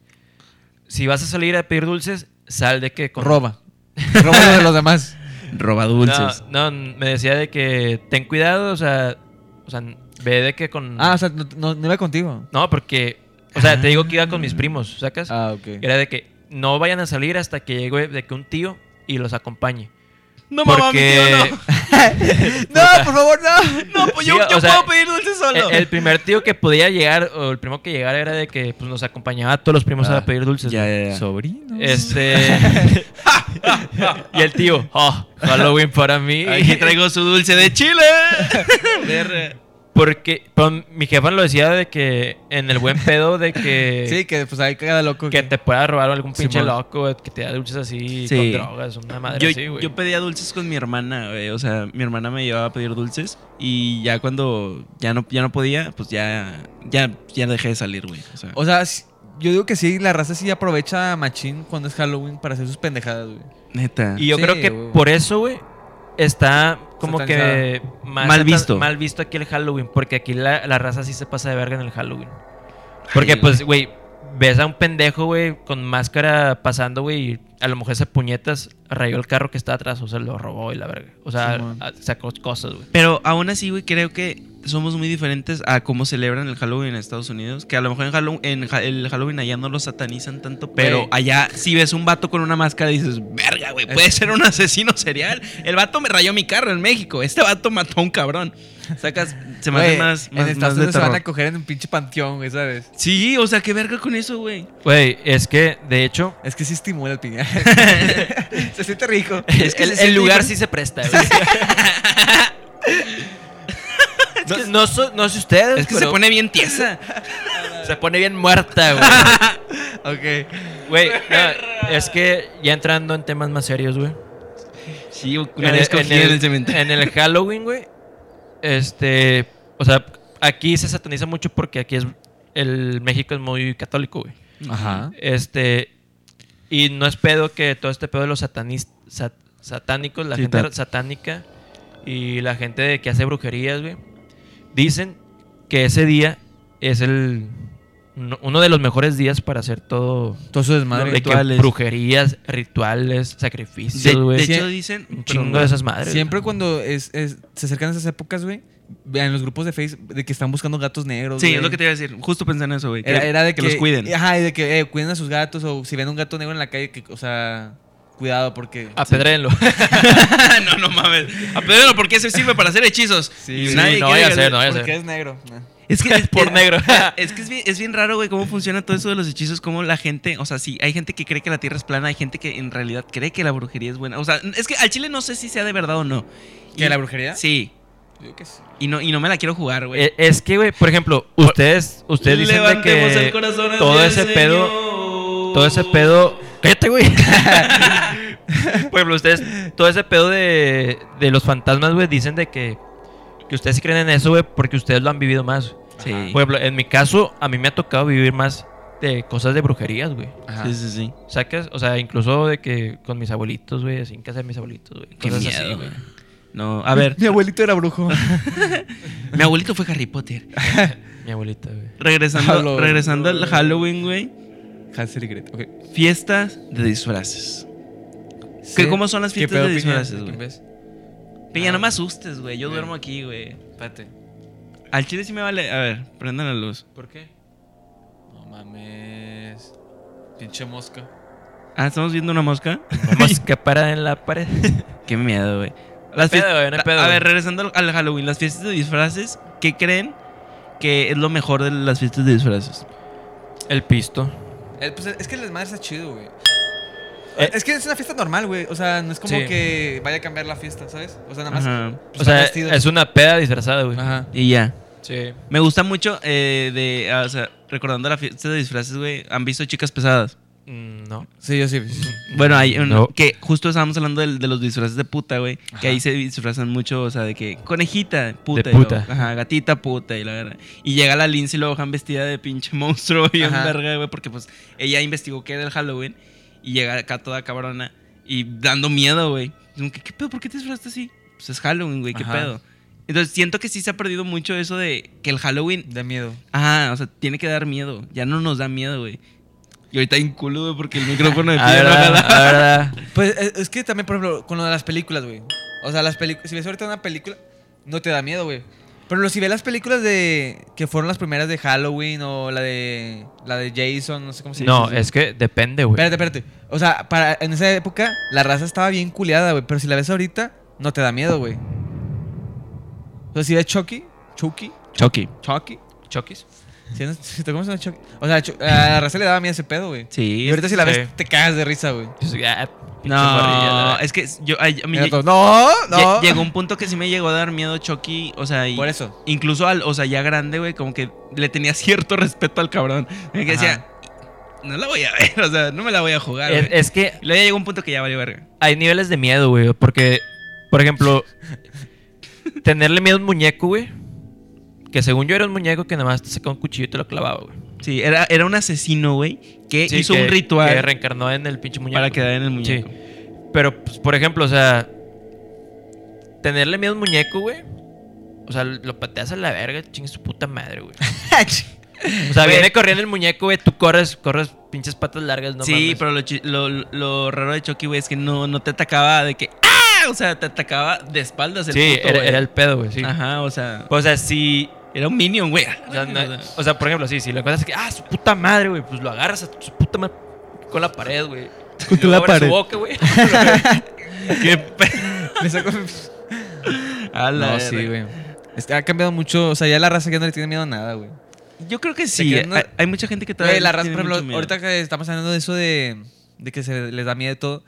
si vas a salir a pedir dulces, sal de que con
Roba. Roba de los demás.
Roba
No,
dulces.
no, me decía de que ten cuidado, o sea, o sea, ve de que con
Ah, o sea, no, no, no iba contigo.
no, porque o sea, te digo que iba con mis primos, ¿sacas?
Ah, ok.
Era de que no vayan a salir hasta que llegue de que un tío y los acompañe.
No, mamá, mi tío,
porque
no.
No, por favor, no.
No, pues
Sí,
yo,
o
yo
sea,
puedo pedir dulces
[laughs]
solo.
el, el primer tío que podía llegar o el primo que llegara era de que pues, nos acompañaba a todos los primos a pedir dulces.
[laughs] Ah, ya,
güey.
ya, ya.
Sobrino.
Este.
[laughs]
[laughs] y el tío, oh, Halloween para mí.
Aquí
[laughs]
traigo su dulce de Chile. Verga.
Porque pero mi jefa lo decía de que en el buen pedo de
[laughs]
que.
Sí, que pues ahí cada loco.
eh, Que te pueda robar algún pinche
Simón.
loco, güey, que te da dulces así
Sí.
con drogas, una madre
yo,
así, güey.
yo pedía dulces con mi hermana, güey. O sea, mi hermana me llevaba a pedir dulces y ya cuando ya no, ya no podía, pues ya, ya, ya dejé de salir, güey. O sea,
O sea, sí- yo digo que sí, la raza sí aprovecha machín cuando es Halloween para hacer sus pendejadas, güey.
neta.
Y yo
Sí,
creo que
güey.
por eso, güey, está como que más
Mal
satan-
visto.
Mal visto aquí el Halloween, porque aquí la, la raza sí se pasa de verga en el Halloween. Porque,
Ay,
pues, güey, ves a un pendejo, güey, con máscara pasando, güey, y a lo mejor se puñetas rayó el carro que está atrás, o sea, lo robó y la verga. O sea,
Simón.
a- sacó cosas, güey.
Pero aún así, güey, creo que somos muy diferentes a cómo celebran el Halloween en Estados Unidos. Que a lo mejor en, Hallow- en ja- el Halloween allá no lo satanizan tanto, pero
Güey.
allá si ves un vato con una máscara dices, verga, güey, puede ser un asesino serial. El vato me rayó mi carro en México. Este vato mató a un cabrón. Sacas, se me hace
Güey,
más, más,
en
más
Estados
de
Unidos se van a
terror.
coger en un pinche panteón, güey, ¿sabes?
Sí, o sea, qué verga con eso, güey.
Güey, es que, de hecho,
Es que sí estimula el
[laughs]
piña. se siente rico.
es que el, el lugar sí se presta, güey. [laughs] No, no so- no sé ustedes,
Es que se
pero
pone bien tiesa.
se pone bien muerta, güey.
Ok.
Güey, no, es que ya entrando en temas más serios, güey.
Sí,
En,
una
el-
vez
en
cogí en el
el,
cementerio.
en el Halloween, güey. Este, o sea, aquí se sataniza mucho porque aquí es el México es muy católico, güey.
Ajá.
Este, y no es pedo que todo este pedo de los satanis- sat- satánicos, la
Sí,
gente
ta-
satánica y la gente de que hace brujerías, güey, dicen que ese día es el uno- uno de los mejores días para hacer todo
Todo su
de
desmadre.
que
rituales.
brujerías, rituales,
De,
sacrificios,
de
güey.
hecho, dicen.
Un
Perdón,
chingo de esas madres.
Siempre
güey.
cuando es, es- se acercan esas épocas, güey, vean los grupos de Facebook de que están buscando gatos negros.
Sí,
güey.
es lo que te iba a decir. Justo pensé en eso, güey. que-
Era, era de que, [laughs]
los cuiden.
Ajá, y de que eh, cuiden a sus gatos o si ven un gato negro en la calle, que, o sea, cuidado porque.
Apedréenlo.
[laughs] no, no mames. Ah, A Pedro, ¿por qué se sirve para hacer hechizos?
Sí,
Sí,
Nadie
no
quiere
vaya a
ganar.
ser, no vaya a
porque
ser.
es negro. ¿no?
[laughs]
[laughs]
Es que es
Por negro.
[laughs] Es que es bien, es bien raro, güey, cómo funciona todo eso de los hechizos. Cómo la gente, o sea, sí, hay gente que cree que la tierra es plana, hay gente que en realidad cree que la brujería es buena. O sea, es que al chile no sé si sea de verdad o no.
¿Que la brujería?
Sí.
Yo que sí.
Y no, y no me la quiero jugar, güey.
[laughs] Eh, Es que, güey, por ejemplo, ustedes, ustedes dicen de
Levantemos
que
el corazón al
todo
Dios,
ese pedo-
Señor.
todo ese pedo. Cállate, güey. [laughs] por ejemplo, ustedes, todo ese pedo de, de los fantasmas, güey, dicen de que, que ustedes sí creen en eso, güey, porque ustedes lo han vivido más.
Sí.
Por ejemplo, en mi caso, a mí me ha tocado vivir más de cosas de brujerías, güey.
Ajá.
sí, sí, sí.
Sacas, o sea, incluso de que con mis abuelitos, güey, sin casa de mis abuelitos, güey.
Qué
cosas así,
miedo,
güey.
güey. No, a ver,
[laughs] Mi abuelito era brujo.
[laughs] mi abuelito fue Harry Potter.
Mi abuelita,
[laughs]
güey.
Regresando,
Halloween.
regresando al Halloween, güey.
Hansel y Gretel. ok.
Fiestas de disfraces.
Sí.
cómo son las
¿Qué
fiestas
pedo,
de
Piña?
disfraces, güey?
¿Ves?
Peña,
Ah.
no me asustes, güey. Yo
Ok.
duermo aquí, güey.
Espérate.
Al chile sí me vale. A ver, prendan la luz.
¿Por qué? No mames. Pinche mosca.
Ah, estamos viendo una mosca.
Mosca parada en la
[laughs]
pared.
Qué miedo, güey. Las
pedo,
fies-
güey, no hay
a-
pedo,
A
güey.
ver, regresando al- al Halloween, las fiestas de disfraces, ¿qué creen que es lo mejor de las fiestas de disfraces?
El pisto.
Eh, pues es que el desmadre está chido, güey. es que es una fiesta normal, güey. O sea, no es como
Sí.
que vaya a cambiar la fiesta, ¿sabes? O sea, nada más.
Ajá.
pues,
O sea,
van vestidos.
es una peda disfrazada, güey.
Ajá.
Y ya.
Sí.
Me gusta mucho eh, de, ah, o sea, recordando la fiesta de disfraces, güey, ¿han visto chicas pesadas?
Mm, No.
Sí, yo sí.
Bueno, hay un-
No.
que justo estábamos hablando del- de, los disfraces de puta, güey, que ahí se disfrazan mucho, o sea, de que conejita, puta,
De
y luego-
puta.
ajá, gatita, puta y la verdad. Y llega la Lindsay Lohan vestida de pinche monstruo [laughs] y un
Ajá.
verga, güey, porque pues ella investigó que era el Halloween y llega acá toda cabrona y dando miedo, güey. Como que, ¿Qué pedo? ¿Por qué te disfrazaste así? Pues es Halloween, güey, ¿qué
Ajá.
pedo? Entonces siento que sí se ha perdido mucho eso de que el Halloween
De miedo.
Ajá, o sea, tiene que dar miedo. Ya no nos da miedo, güey. Y ahorita hay un culo, güey, porque el
[laughs]
micrófono de
La
piedra,
Ah, verdad,
ojalá.
la verdad.
[laughs] Pues es, es que también, por ejemplo, con lo de las películas, güey. O sea, las películas. Si ves ahorita una película, no te da miedo, güey. Pero lo- si ves las películas de. que fueron las primeras de Halloween o la de. la de Jason, no sé cómo se
No,
dice.
es que depende, güey.
Espérate, espérate. O sea, para, en esa época la raza estaba bien culeada, güey. Pero si la ves ahorita, no te da miedo, güey. O sea, si ves Chucky, Chucky,
Chucky.
Chucky.
¿Chokis?
¿sí, no? ¿Sí ¿Te comes una Chucky? O sea, Chu- a la raza le daba miedo ese pedo, güey.
Sí.
Y ahorita si la ves,
Sí. Pues, ah,
te cagas de risa, güey.
No, es que yo, ay, a mí
Mira
lle-
todo, No,
lle-
no.
llegó un punto que sí me llegó a dar miedo Chucky, o sea, y-
Por eso. [laughs]
incluso al, o sea, ya grande, güey, como que le tenía cierto [laughs] respeto al cabrón. Que decía, no la voy a ver, o sea, no me la voy a jugar,
Es,
güey.
es que
Y luego ya llegó un punto que ya valió verga.
hay niveles de miedo, güey. Porque, por ejemplo, tenerle miedo a un muñeco, güey. Que según yo era un muñeco que nada más te sacaba un cuchillo y te lo clavaba, güey.
Sí, era, era un asesino, güey, que
Sí,
E hizo
que-
un ritual
Que reencarnó en el pinche muñeco.
para quedar en el
Sí.
muñeco.
Pero, pues, por ejemplo, o sea, tenerle miedo a un muñeco, güey. O sea, lo pateas a la verga, chingue su puta madre,
[laughs]
güey. o sea, viene corriendo el muñeco, güey, tú corres, corres pinches patas largas, no
sí,
mames.
pero lo, chi- lo- lo raro de Chucky, güey, es que no, no te atacaba de que ¡Ah! O sea, te atacaba de espaldas el
Sí,
puto,
era,
güey.
era el pedo, güey, sí.
Ajá, o sea...
O sea, si...
Era un minion, güey.
O sea, no- o sea, por ejemplo, sí, si lo encuentras que, ah, su puta madre, güey, pues lo agarras a su puta madre con la pared, güey.
Con
Y luego
la
abres
pared.
su boca, güey.
Qué pe-
Le saco-
A la
No,
verga.
sí, güey. Es que ha cambiado mucho. O sea, ya la raza ya no le tiene miedo a nada, güey.
Yo creo que sí.
quedan-
Hay, hay mucha gente que
Güey,
todavía
la raza,
tiene
por ejemplo,
mucho miedo.
ahorita que estamos hablando de eso de, de que se les da miedo y todo.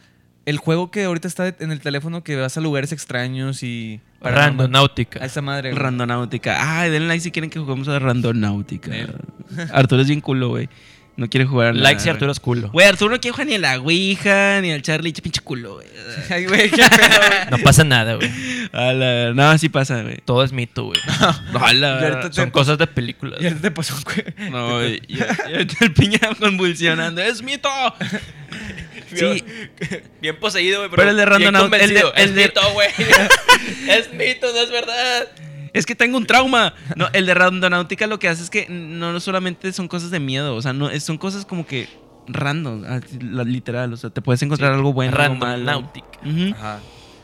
El juego que ahorita está en el teléfono que vas a lugares extraños y.
Randonáutica.
A esa madre. güey.
Randonáutica. Ay, denle like si quieren que juguemos a Randonáutica. [laughs] Arturo es bien culo, güey. No quiere jugar a nada,
Likes y
güey.
Arturo es culo.
Güey, Arturo no quiere jugar ni a la Ouija, ni al Charlie, che, pinche culo, güey.
[laughs] Ay, güey, qué pedo.
[laughs] No pasa nada, güey.
A la- No, sí pasa, güey.
Todo es mito, güey.
A la-
Y ahorita
Son
te-
cosas de películas.
Y ahorita te pasó un cue-
No, y, y- y ahorita el piña [laughs] convulsionando.
[laughs]
¡Es mito! Sí,
Bien poseído, güey.
pero Pero el de Random bien Out- el de- convencido. el Es de- mito,
[laughs] güey. es mito, no es verdad.
es que tengo un trauma. No, el de Randonáutica lo que hace es que no solamente son cosas de miedo, o sea, no, es- son cosas como que random, así, la- literal. O sea, te puedes encontrar algo bueno, algo malo.
Randonáutica.
Ujú.
Ajá.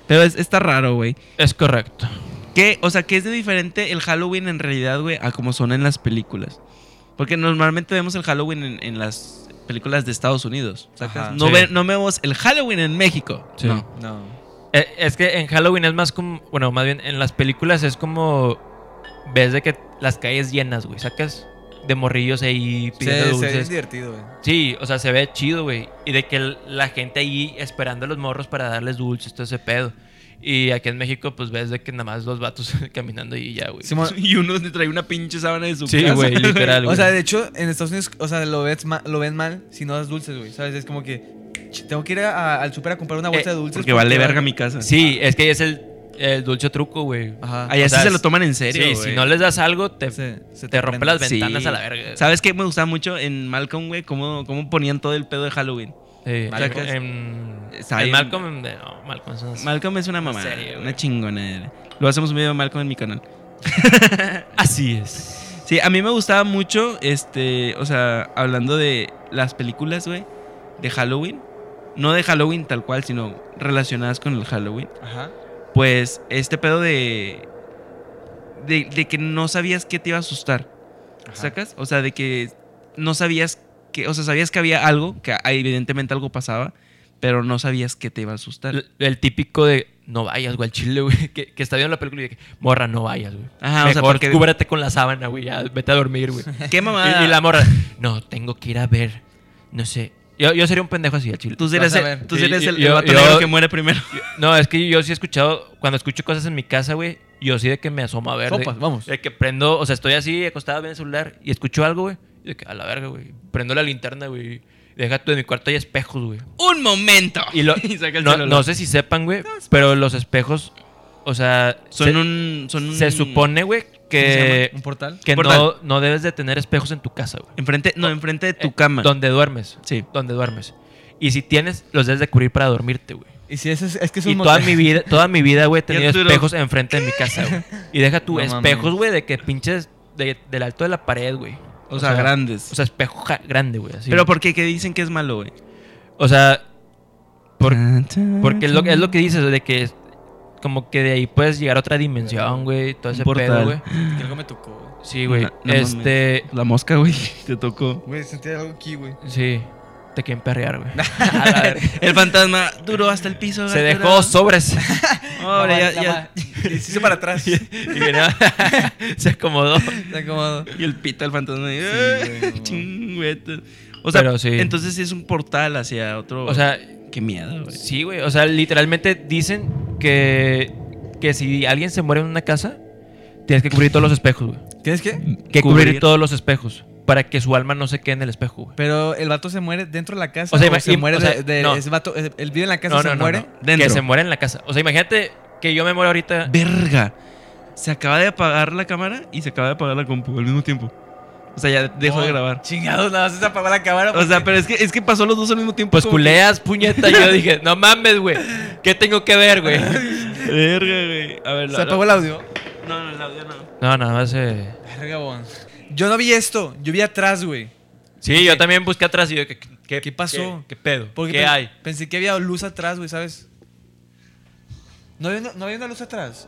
Pero es- está raro, güey.
Es correcto.
¿Qué? O sea, que es de diferente el Halloween en realidad, güey, a como son en las películas. Porque normalmente vemos el Halloween en, en las películas de Estados Unidos. ¿sacas?
Ajá.
No,
Sí.
ve- no vemos el Halloween en México.
Sí.
No.
No.
Eh, Es que en Halloween es más como. Bueno, más bien en las películas es como. Ves de que las calles llenas, güey. Sacas de morrillos ahí
Sí,
pidiendo
se ve bien
dulces.
divertido, güey.
Sí, o sea, se ve chido, güey. Y de que el- la gente ahí esperando a los morros para darles dulces, todo ese pedo. Y aquí en México, pues ves de que nada más los vatos [laughs] caminando y ya, güey.
Simón,
[laughs] Y uno le trae una pinche sábana de su
Sí,
casa.
güey,
[laughs]
literal,
O
güey.
sea, de hecho, en Estados Unidos, o sea, lo, ves ma- lo ven mal si no das dulces, güey. ¿Sabes? Es como que "Ch, tengo que ir a- al super a comprar una bolsa
Eh,
de dulces.
Porque vale verga mi casa.
Sí, es que ahí es el, el dulce truco, güey.
Ajá.
Allá
o
sí
sea,
se lo toman en serio.
Sí,
güey.
si no les das algo, te,
Se- se
te, rompe las
prende.
ventanas
Sí.
a la verga.
¿Sabes qué me gustaba mucho en Malcolm, güey? Cómo, cómo ponían todo el pedo de Halloween.
Sí,
Malcolm.
o sea, Eh, en-
Está
en
bien.
Malcolm, no, Malcolm es una-
Malcolm es una mamá.
serio, güey.
una chingonera. Lo hacemos un video de Malcolm en mi canal.
Así es.
Sí, a mí me gustaba mucho, este, o sea, hablando de las películas, güey, de Halloween. No de Halloween tal cual, sino relacionadas con el Halloween.
Ajá.
Pues este pedo de de, de que no sabías qué te iba a asustar. ¿Sacas? O sea, de que no sabías que, o sea, sabías que había algo, que ah, evidentemente algo pasaba, pero no sabías que te iba a asustar.
El, el típico de no vayas, güey, al chile, güey. [laughs] Que, que está viendo la película y de que, morra, no vayas, güey.
Ajá, Ah, o sea,
Mejor
porque- Ah.
cúbrete con la sábana, güey. Ya, vete a dormir,
[laughs]
güey.
¿Qué mamada?
[laughs] Y, y la morra, no, tengo que ir a ver. No sé. Yo, yo sería un pendejo así al chile.
Tú
Vas
eres
a
el,
ver.
tú
Y-
eres
y-
el, el
yo-
vato
yo-
negro que
[laughs]
muere primero.
No, es que yo sí he escuchado, cuando escucho cosas en mi casa, güey, yo sí de que me asomo a ver. de-
Sopas, vamos.
De que prendo, o sea, estoy así acostado viendo el celular y escucho algo, güey. Y de que a la verga, güey. Prendo la linterna, güey. Deja tú en mi cuarto hay espejos, güey.
¡Un momento!
Y,
[laughs]
lo,
saca el
no,
celular.
no sé si sepan, güey, pero los espejos, o sea,
Son
se,
un. Son un-
se supone, güey, que,
¿Un portal?
que
Portal.
no, no debes de tener espejos en tu casa, güey.
Enfrente, no, enfrente de tu
Eh,
cama.
Donde duermes.
Sí.
Donde duermes. Y si tienes, los debes de cubrir para dormirte, güey.
Y si es, es, es que es un
Y toda
motel.
mi vida, toda mi vida,
[laughs]
güey, he tenido
Arturo.
espejos enfrente de mi casa, güey. Y deja tu
No mames.
espejos, güey, de que pinches de- del alto de la pared, güey.
o, sea, grandes.
O sea, espejo ja- grande, güey. así.
pero ¿por qué? ¿Qué dicen que es malo, güey?
o sea, por- porque
porque
es lo, es lo que dices, de que es- como que de ahí puedes llegar a otra dimensión, güey. Todo ese
Un portal.
pedo, güey.
Que algo me tocó, güey.
Sí, güey.
No- no
este,
La mosca, güey, [laughs] te tocó.
Güey, sentí algo aquí, güey.
sí. Te quieren
[laughs]
perrear, güey. A la verga.
El fantasma duró hasta el piso.
Se
Arturo.
dejó sobres. [laughs]
Ahora ya- ya-
Y se hizo para atrás.
y que no, [laughs] se acomodó.
Está cómodo.
Y el pita el fantasma. y, [laughs]
güey, no.
chingüeto. O sea,
Pero sí.
entonces es un portal hacia otro.
O sea,
qué miedo, güey.
Sí, güey. O sea, literalmente dicen que, que si alguien se muere en una casa, tienes que cubrir todos los espejos, güey.
¿Tienes qué?
Que
Cubrir.
cubrir, todos los espejos para que su alma no se quede en el espejo, güey.
Pero el vato se muere dentro de la casa.
O
O
sea,
sea,
ima-
se
im-
muere
o sea,
de, de-
no.
ese vato. es- Él vive en la casa,
No,
se
no, no,
muere.
no.
Dentro.
Que se muere en la casa. O sea, imagínate que yo me muero ahorita.
Verga. Se acaba de apagar la cámara y se acaba de apagar la compu al mismo tiempo. O sea, ya dejó de
Oh,
grabar.
Chingados, nada más se apagó la cámara.
O sea, pero es que, es que pasó los dos al mismo tiempo.
Pues
como que-
culeas, puñeta. Y yo dije, no mames, güey. ¿Qué tengo que ver, güey?
Verga, güey. A ver,
se
la-
apagó el audio.
la- No, no, el audio no.
No, nada más. eh,
Verga, bon. Yo no vi esto. Yo vi atrás, güey.
Sí, yo también busqué atrás y yo, ¿qué,
¿Qué pasó?
¿Qué, qué pedo?
Porque
¿Qué
pen-
hay?
Pensé que había luz atrás, güey, ¿sabes? ¿No había, una, ¿No había una luz atrás?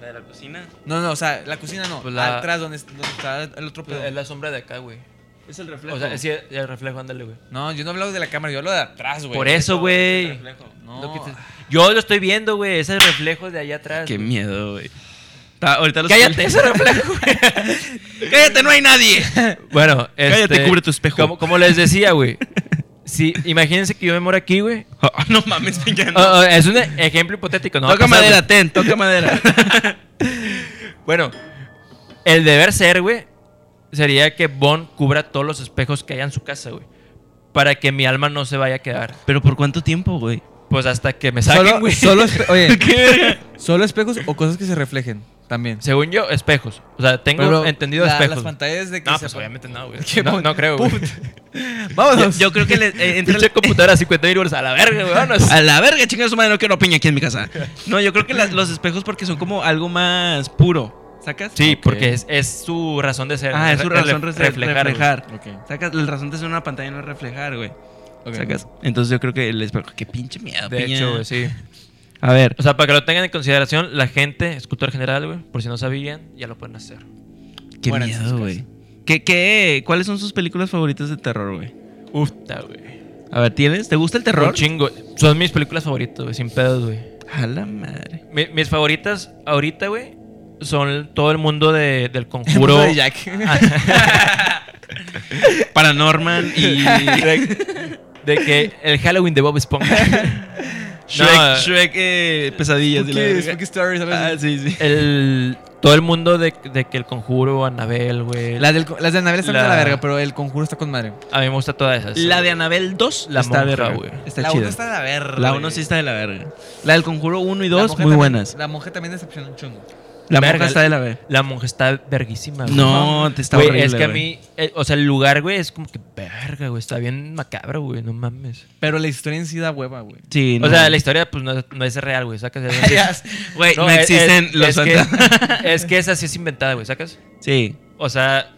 ¿La de la cocina?
No, no, o sea, la cocina no.
Pues la-
Atrás, donde, donde está el otro pedo.
Es la sombra de acá, güey.
Es el reflejo.
O sea, sí, el reflejo, ándale, güey.
No, yo no hablo de la cámara, yo hablo de atrás, güey.
Por eso, güey.
No.
Lo que te- Yo lo estoy viendo, güey. Ese reflejo de allá atrás.
Qué
güey.
miedo, güey. Ta- ahorita los
Cállate, ese reflejo.
Cállate, no hay nadie.
[laughs]
[laughs]
bueno, este,
Cállate, cubre tu espejo.
Como, como les decía, güey. Si, imagínense que yo me muero aquí, güey.
no mames, ya no.
Ah, ah, es un ejemplo hipotético, ¿no? va a
toca
pasar,
madera, ten,
[laughs]
toca madera.
güey. Bueno, el deber ser, güey, sería que Bond cubra todos los espejos que haya en su casa, güey. Para que mi alma no se vaya a quedar.
Pero por cuánto tiempo, güey?
Pues hasta que me saquen,
Solo,
güey. [laughs]
solo, espe- oye, [laughs] solo espejos o cosas que se reflejen también.
Según yo, espejos. O sea, tengo
Por ejemplo,
entendido
la-
espejos.
Las
güey.
pantallas de que
No,
se
pues
apagan.
obviamente no, güey.
Qué
No,
mon-
no creo, güey.
Yo,
Vámonos.
yo creo [laughs] que le, eh, entra
Pinche computadora a 50 mil a la verga, güey. vámonos.
A la verga, chinga su madre, no quiero piña aquí en mi casa. No, yo creo que las- los espejos porque son como algo más puro. ¿Sacas?
Sí,
Ok.
porque es, es su razón de ser.
Ah, es su
re-
razón
re-
de reflejar.
güey.
reflejar.
Ok,
Sacas, la razón de ser una pantalla no es reflejar, güey.
ok. [laughs]
¿Sacas? Entonces yo creo que el espejo, qué pinche miedo,
De
piña.
hecho, güey, sí.
A ver,
O sea, para que lo tengan en consideración, la gente, escultor general, güey, por si no sabían, ya lo pueden hacer.
qué
Mueran sus
miedo,
casas.
güey. ¿Qué, qué, ¿Cuáles son sus películas favoritas de terror, güey?
Uf, ta, güey.
A ver, ¿tienes? ¿Te gusta el
Un
terror?
chingo. Son mis películas favoritas, güey, sin pedos, güey.
A la madre.
Mi- mis favoritas ahorita, güey, son todo el mundo de-
[laughs]
del conjuro.
de [laughs] Jack.
Paranorman
[laughs]
y
de, de que el Halloween de Bob
[laughs]
Esponja.
Shrek,
No.
Shrek eh, pesadillas. de la
Spooky,
verga.
spooky stories, algo
Ah,
así.
sí, sí.
El, todo el mundo de, de que el conjuro, Anabel, güey.
Las, del- las de Anabel están
La-
de la verga, pero el conjuro está con madre.
A mí me gusta todas esas.
La de Anabel 2
La
está
monja,
verga.
güey.
Está
la
chida.
uno está de la verga.
La
güey.
1 sí está de la verga. La del Conjuro 1 y
La
2,
monja
muy
también-
buenas.
La monja también decepciona un chungo.
La
Verga.
monja está de la verga.
La monja está verguísima, güey.
No, te está
Güey,
horrible,
es que a
güey.
mí, eh, o sea, el lugar, güey, es como que verga, güey. Está bien macabro, güey, no mames.
Pero la historia en sí da hueva, [laughs] güey.
Sí,
O sea, la historia, pues no, no es real, güey, sacas.
[laughs]
Es-
Güey, no,
es-
existen
es-
los
es que,
fantasmas.
es que esa sí es inventada, güey, sacas.
Sí.
O sea,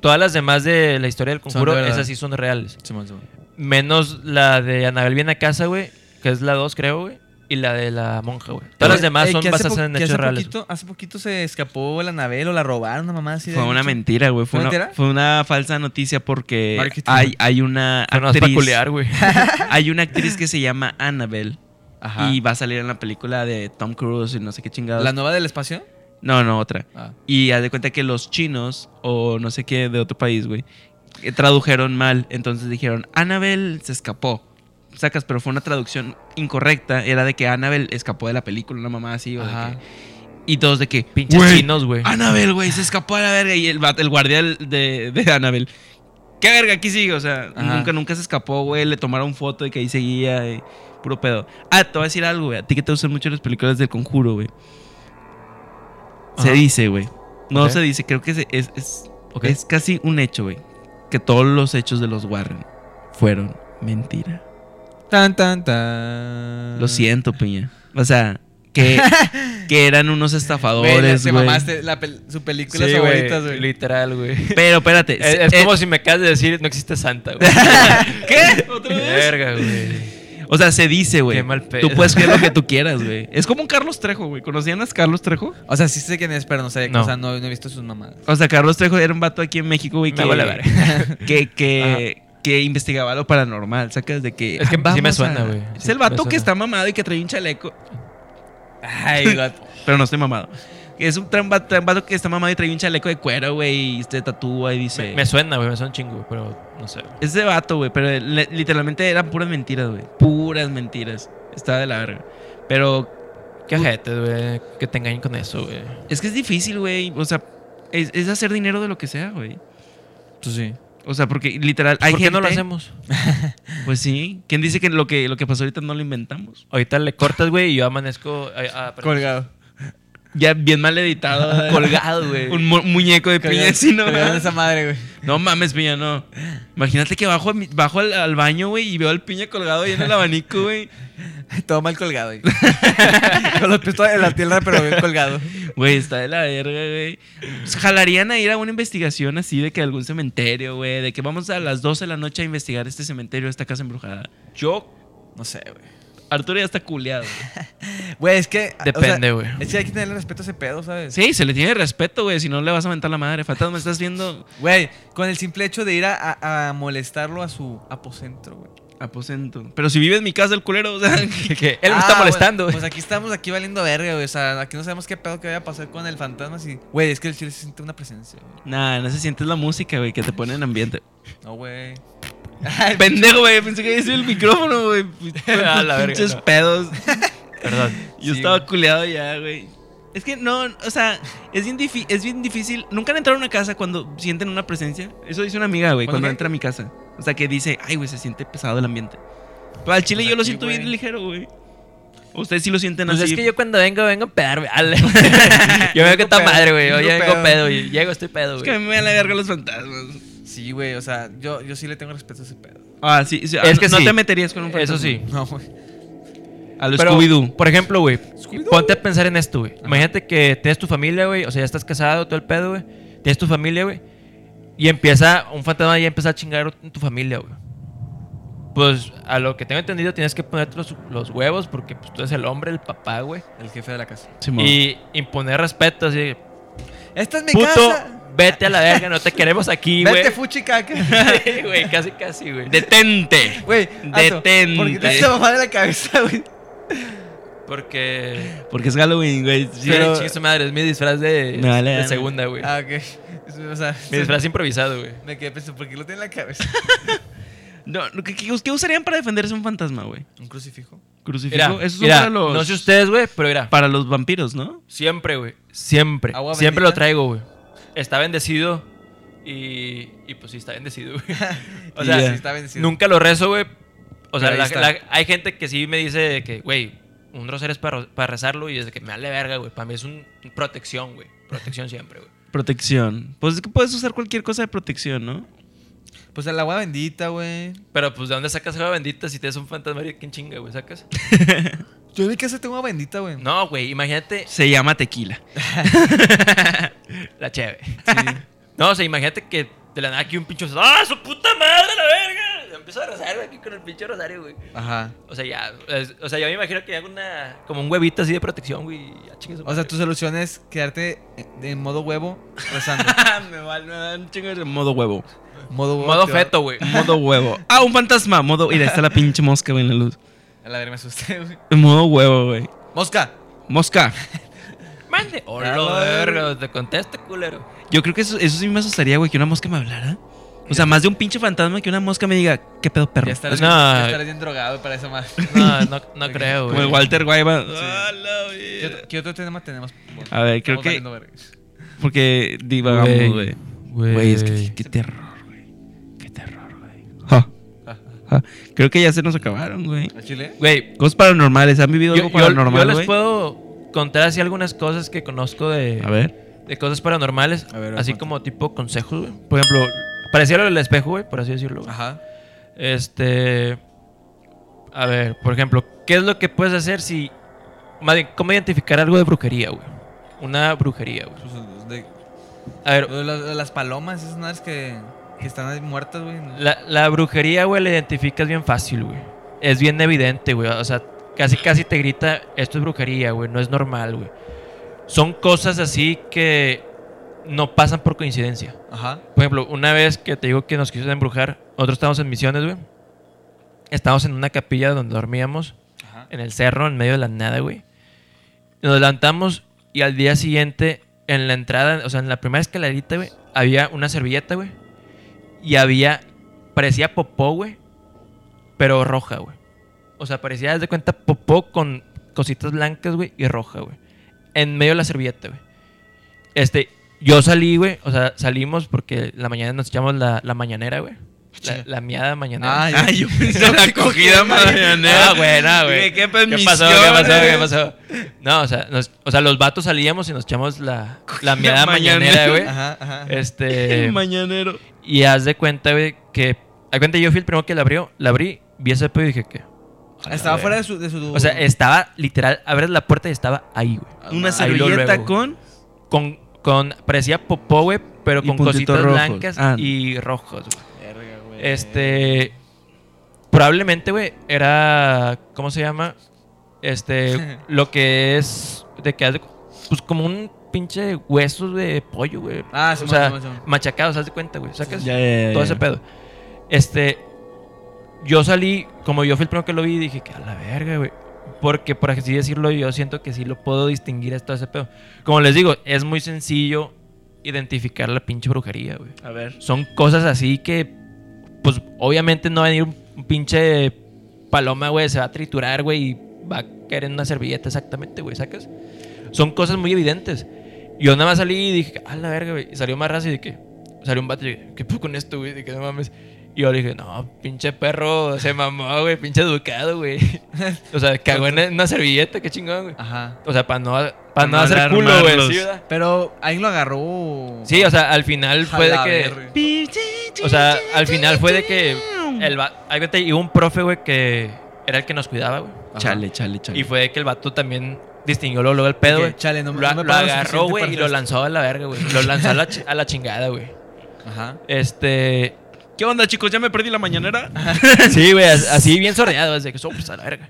todas las demás de la historia del conjuro,
de verdad.
esas sí son reales.
Simón, Simón.
Menos la de Anabel viene a casa, güey, que es la 2, creo, güey. y la de la monja, güey. Todas las demás
Eh,
son
que hace
basadas
po-
en
que
hechos
hace
reales.
Poquito, hace poquito se escapó la Anabel o la robaron, una mamá así. de
Fue una
hecho.
mentira, güey. Fue
¿Fue
una,
mentira?
fue una falsa noticia porque
Marketing.
hay, hay [laughs] una
Pero no es
actriz.
peculiar, güey.
hay una actriz que se llama Annabelle
Ajá.
y va a salir en la película de Tom Cruise y no sé qué chingados.
¿La nueva del espacio?
No, no, otra.
Ah.
Y haz de cuenta que los chinos o no sé qué de otro país, güey, eh, tradujeron mal. Entonces dijeron, Annabelle se escapó. Sacas, pero fue una traducción incorrecta. Era de que Annabelle escapó de la película, una mamá así. o de
Ajá.
que- y todos de que,
Pinches
"Güey, Ah,
chinos, güey.
Annabel, güey, se escapó a la verga. Y el, vato- el guardián de, de Annabel. ¿Qué verga? Aquí sigue. O sea,
Ajá.
nunca, nunca se escapó, güey. Le tomaron foto de que ahí seguía. y puro pedo. Ah, te voy a decir algo, güey. A ti que te gustan mucho las películas del conjuro, güey. Se
Ajá.
dice, güey. No
Ok.
se dice. Creo que se- es, es,
Ok.
es casi un hecho, güey. Que todos los hechos de los Warren fueron mentira.
Tan, tan, tan.
Ah.
Lo siento, piña. O sea,
[laughs]
que, que eran unos
Güey, la-
estafadores,
te
güey.
mamaste la pel- su película
Sí, güey,
favoritas, güey.
Literal, güey.
Pero espérate. eh,
Es, es como si me acabas de decir no existe Santa, [laughs] güey.
¿Qué?
Verga, güey.
O sea, se dice, güey.
Qué mal pedo.
Tú puedes creer lo que tú quieras,
[laughs]
güey. Es como un Carlos Trejo, güey. ¿Conocían a Carlos Trejo?
O sea, sí sé quién es, pero no sé.
No.
O sea, no, no he visto sus mamadas.
O sea, Carlos Trejo era un vato aquí en México, güey,
Me
que,
vale ver.
[laughs] que, que, que investigaba lo paranormal, sacas de que... "Ah,
Es que sí
vamos
me suena,
a-
güey.
Es
Sí,
el vato
me suena.
que está mamado y que trae un chaleco.
Ay, lo...
Pero no estoy mamado. Es un tran- vato tran- vato que está mamado y trae un chaleco de cuero, güey, y se tatúa y dice...
Me suena, güey. Me suena un chingo, pero no sé. güey.
Ese vato, güey, pero le- literalmente eran puras mentiras, güey. Puras mentiras. Estaba de la verga. Pero
Qué ajete, güey. Que te engañen con eso, güey.
Es que es difícil, güey. O sea, es, es hacer dinero de lo que sea, güey.
Pues sí.
O sea, porque literal, hay
¿Por qué
gente,
no lo hacemos?
Pues sí. ¿Quién dice que lo que lo que pasó ahorita no lo inventamos?
Ahorita le cortas, güey, y yo amanezco. ah, ah, perdón.
Colgado.
Ya bien mal [laughs] editado,
colgado, güey.
un mu- muñeco de piña así, ¿no?
eh. Colgado en esa madre, güey.
No mames, piña, no. Imagínate que bajo, a mi- bajo al, al baño, güey, y veo al piña colgado ahí en el abanico, güey.
[laughs] Todo mal colgado, güey. [laughs] Con los pies en la tierra, pero bien colgado.
Güey, está de la verga, güey. Pues, Jalarían a ir a una investigación así de que algún cementerio, güey, de que vamos a las 12 de la noche a investigar este cementerio, esta casa embrujada.
Yo.
No sé, güey.
Arturo ya está culeado, güey.
Güey, es que. o sea,
Depende, güey.
es que hay que tenerle respeto a ese pedo, ¿sabes?
Sí, se le tiene respeto, güey. Si no, le vas a mentar la madre. Fantasma, estás viendo
Güey, con el simple hecho de ir a, a- a molestarlo a su aposento, güey.
aposento. Pero si vive en mi casa, el culero, o sea, [laughs] que
Él me
Ah,
está
bueno,
molestando, güey.
Pues aquí estamos, aquí valiendo verga, güey. O sea, aquí no sabemos qué pedo que vaya a pasar con el fantasma. Si... Güey, es que el chile se siente una presencia, güey.
Nah, no se siente la música, güey, que te pone en ambiente.
No, güey.
Pendejo, güey. Pensé que había sido el
[laughs]
micrófono, güey.
Ah, la verga,
Pinches
no.
pedos.
pues, Perdón.
Yo
Sí,
estaba
güey.
culeado ya, güey. Es que no, o sea, es bien, difi- es bien difícil. Nunca han entrado a una casa cuando sienten una presencia. Eso dice una amiga, güey,
¿Cuándo
cuando
qué?
entra a mi casa. O sea, que dice, ay, güey, se siente pesado el ambiente. Pero al chile
Pues
yo lo
aquí,
siento bien
güey.
ligero, güey. Ustedes sí lo sienten
Pues
así.
es que yo cuando vengo, vengo a pedar, [laughs] güey. Al- Yo veo que
Vengo
está
pedo,
madre, güey. Hoy
vengo
vengo
pedo.
pedo y llego, estoy pedo,
Es que a
güey.
mí me van a verga los fantasmas.
Sí, güey, o sea, yo, yo sí le tengo respeto a ese pedo.
Ah, sí. sí.
Es que
no
sí.
te meterías con un fantasma.
Eso sí.
No, güey.
A los
Pero,
Scooby-Doo.
por ejemplo, güey, ponte a pensar en esto, güey. Imagínate que tienes tu familia, güey. O sea, ya estás casado, todo el pedo, güey. Tienes tu familia, güey. Y empieza, un fantasma ya empieza a chingar en tu familia, güey. Pues a lo que tengo entendido, tienes que ponerte los, los huevos porque pues, tú eres el hombre, el papá, güey.
El jefe de la casa.
Simón.
Y imponer respeto, así.
Esta es mi
Puto,
casa.
vete a la verga, no te
[laughs]
queremos aquí, güey.
Vete, fuchi caca.
[laughs] Sí, güey, casi, casi, güey.
Detente.
Güey, Ato,
Detente.
Porque te hizo mamá de la cabeza, güey.
Porque.
Porque es Halloween, güey.
Sí,
Pero-
chingue su madre, es mi disfraz de,
No, dale,
de
dale.
segunda, güey.
Ah, ok. O sea,
mi disfraz improvisado, güey.
me quedé pensando, ¿por qué lo tiene en la cabeza?
No, no, ¿qué, qué- qué usarían para defenderse un fantasma, güey?
¿Un crucifijo?
Crucifijo.
Mira,
Eso es
mira,
para los.
no sé ustedes, güey, pero mira,
Para los vampiros, ¿no?
siempre, güey, siempre,
Agua
siempre
bendita.
lo traigo, güey. Está bendecido y, y pues sí, está bendecido, güey. O sea,
Ya.
sí, está bendecido.
nunca lo rezo, güey. O sea,
Pero ahí
la-
está.
la- hay gente que sí me dice de que, güey, un rosario es para, ro- para rezarlo y desde que me vale verga, güey. Para mí es un protección, güey. Protección siempre, güey.
Protección. Pues es que puedes usar cualquier cosa de protección, ¿no?
Pues el agua bendita, güey.
Pero pues, ¿de dónde sacas agua bendita si tienes un fantasma? ¿Quién chinga, güey? ¿Sacas?
Yo en mi casa tengo agua bendita, güey.
No, güey, imagínate
Se llama tequila.
La [laughs] cheve. No, o sea, imagínate que de la nada aquí un pincho. ¡Ah, su puta madre, la verga! empiezo a rezar, güey, aquí con el pinche rosario, güey.
Ajá.
O sea, ya, es- o sea, yo me imagino que hago una, como un huevito así de protección, güey. y ya chingue su
O sea,
madre.
tu solución es quedarte en, en modo huevo rezando.
me vale, me vale un chingo de modo huevo.
modo huevo.
Modo
te va-
feto, güey.
Modo huevo. Ah, un fantasma. Modo. Mira, está la pinche mosca, güey, en la luz.
A la verga me asusté, güey.
Modo huevo, güey.
Mosca.
Mosca.
Mande. Hola, verga, te conteste, culero.
Yo creo que eso, eso sí me asustaría, güey, que una mosca me hablara. O sea, más de un pinche fantasma que una mosca me diga, ¿qué pedo, perro?
Ya estarás,
No.
ya estarás bien drogado para eso más.
No, no, no creo,
Como el
güey.
Walter Ah, White va-
¿Qué otro, qué otro tema tenemos? Bueno,
A ver, creo
estamos
que-
valiendo verga.
Porque divagamos, güey. Güey, es que qué terror, güey. Qué terror, güey. Ja. Ja. Creo que ya se nos acabaron, güey.
¿A Chile?
Güey,
Cosas paranormales. ¿Han vivido
yo,
algo
yo- yo
paranormal,
les
güey? [laughs]
puedo contar así algunas cosas que conozco de,
A ver.
de cosas paranormales,
A ver, a ver,
así
cuenta.
como tipo consejos, güey. Por ejemplo, parecía lo del espejo, güey, por así decirlo. güey.
Ajá.
Este. A ver, por ejemplo, ¿qué es lo que puedes hacer si. Más bien, ¿cómo identificar algo de brujería, güey? Una brujería, güey.
Pues, de-
A ver,
lo de las, de las palomas, esas naves que, que están ahí muertas, güey.
La, la brujería, güey, la identificas bien fácil, güey. Es bien evidente, güey. O sea, casi casi te grita, esto es brujería, güey, no es normal, güey. Son cosas así que no pasan por coincidencia.
Ajá.
Por ejemplo, una vez que te digo que nos quisieron embrujar, nosotros estábamos en misiones, güey. Estábamos en una capilla donde dormíamos,
Ajá.
en el cerro, en medio de la nada, güey. Nos levantamos y al día siguiente, en la entrada, o sea, en la primera escalerita, güey, había una servilleta, güey. Y había, parecía popó, güey, pero roja, güey. O sea, parecía, haz de cuenta, popó con cositas blancas, güey, y roja, güey. En medio de la servilleta, güey. Este, yo salí, güey, o sea, salimos porque la mañana nos echamos la, la mañanera, güey. La, la miada mañanera.
Ay, [laughs]
Ay, Ah, yo pensé en la cogida mañanera.
Ah, güey, no, güey.
Dije, ¿Qué,
¿Qué pasó? ¿Qué pasó? ¿Qué pasó? No, o sea, nos- o sea, los vatos salíamos y nos echamos la, la miada mañanera,
mañanera.
güey.
Ajá, ajá.
[laughs]
Este.
mañanero.
Y haz de cuenta, güey, que. Haz de cuenta, yo fui el primero que la abrió, la abrí, vi ese pedo y dije, ¿qué?
Estaba fuera de su, de su.
O sea, estaba literal, abres la puerta y estaba ahí, güey.
Una
Ah, Ahí lo
servilleta
luego.
con.
Con, con. Parecía popó, güey, pero
Y
con
puntitos
cositas
rojos.
blancas
Ah.
y rojos, güey. Este. Probablemente, güey, era. ¿Cómo se llama?
[laughs]
Este. lo que es. De que haz de cu- Pues como un pinche huesos de pollo, güey.
Ah,
o
Simón,
sea,
Simón, Simón.
machacados, haz de cuenta, güey. Sacas
Ya, ya, ya,
todo
ya.
ese pedo. Este. Yo salí, como yo fui el primero que lo vi, dije que a la verga, güey. Porque, por así decirlo, yo siento que sí lo puedo distinguir a todo ese pedo. Como les digo, es muy sencillo identificar la pinche brujería, güey.
A ver.
Son cosas así que, pues, obviamente no va a venir un pinche paloma, güey, se va a triturar, güey, y va a caer en una servilleta exactamente, güey, ¿sacas? Son cosas muy evidentes. Yo nada más salí y dije, a la verga, güey, y salió más raza y de que, salió un vato y dije, ¿qué puedo con esto, güey? De que no mames. Y yo le dije, no, pinche perro, se mamó, güey, pinche educado, güey. [laughs] o sea, cagó en una servilleta, qué chingón, güey.
Ajá.
O sea, para no, pa no
no
hacer culo, güey.
alarmarlos.
¿sí, verdad?
Pero ahí lo agarró.
Sí, o sea, al final
A
fue de
la
que...
verga.
O sea, al final fue de que el va- haz cuenta, y hubo un profe, güey, que era el que nos cuidaba, güey.
Chale, chale, chale.
Y fue de que el vato también distinguió luego, luego el pedo,
Que,
güey.
chale, no me-
lo,
no me
lo
pagan lo
agarró,
suficiente
güey,
para
y
hacer
lo
esto.
lanzó a la verga, güey. Lo lanzó a la, chi- a la chingada, güey.
Ajá. [laughs]
Este.
¿Qué onda, chicos? ¿Ya me perdí la mañanera?
[laughs] Sí, güey, as- así bien sordeado, desde que "Oh, pues, a la verga.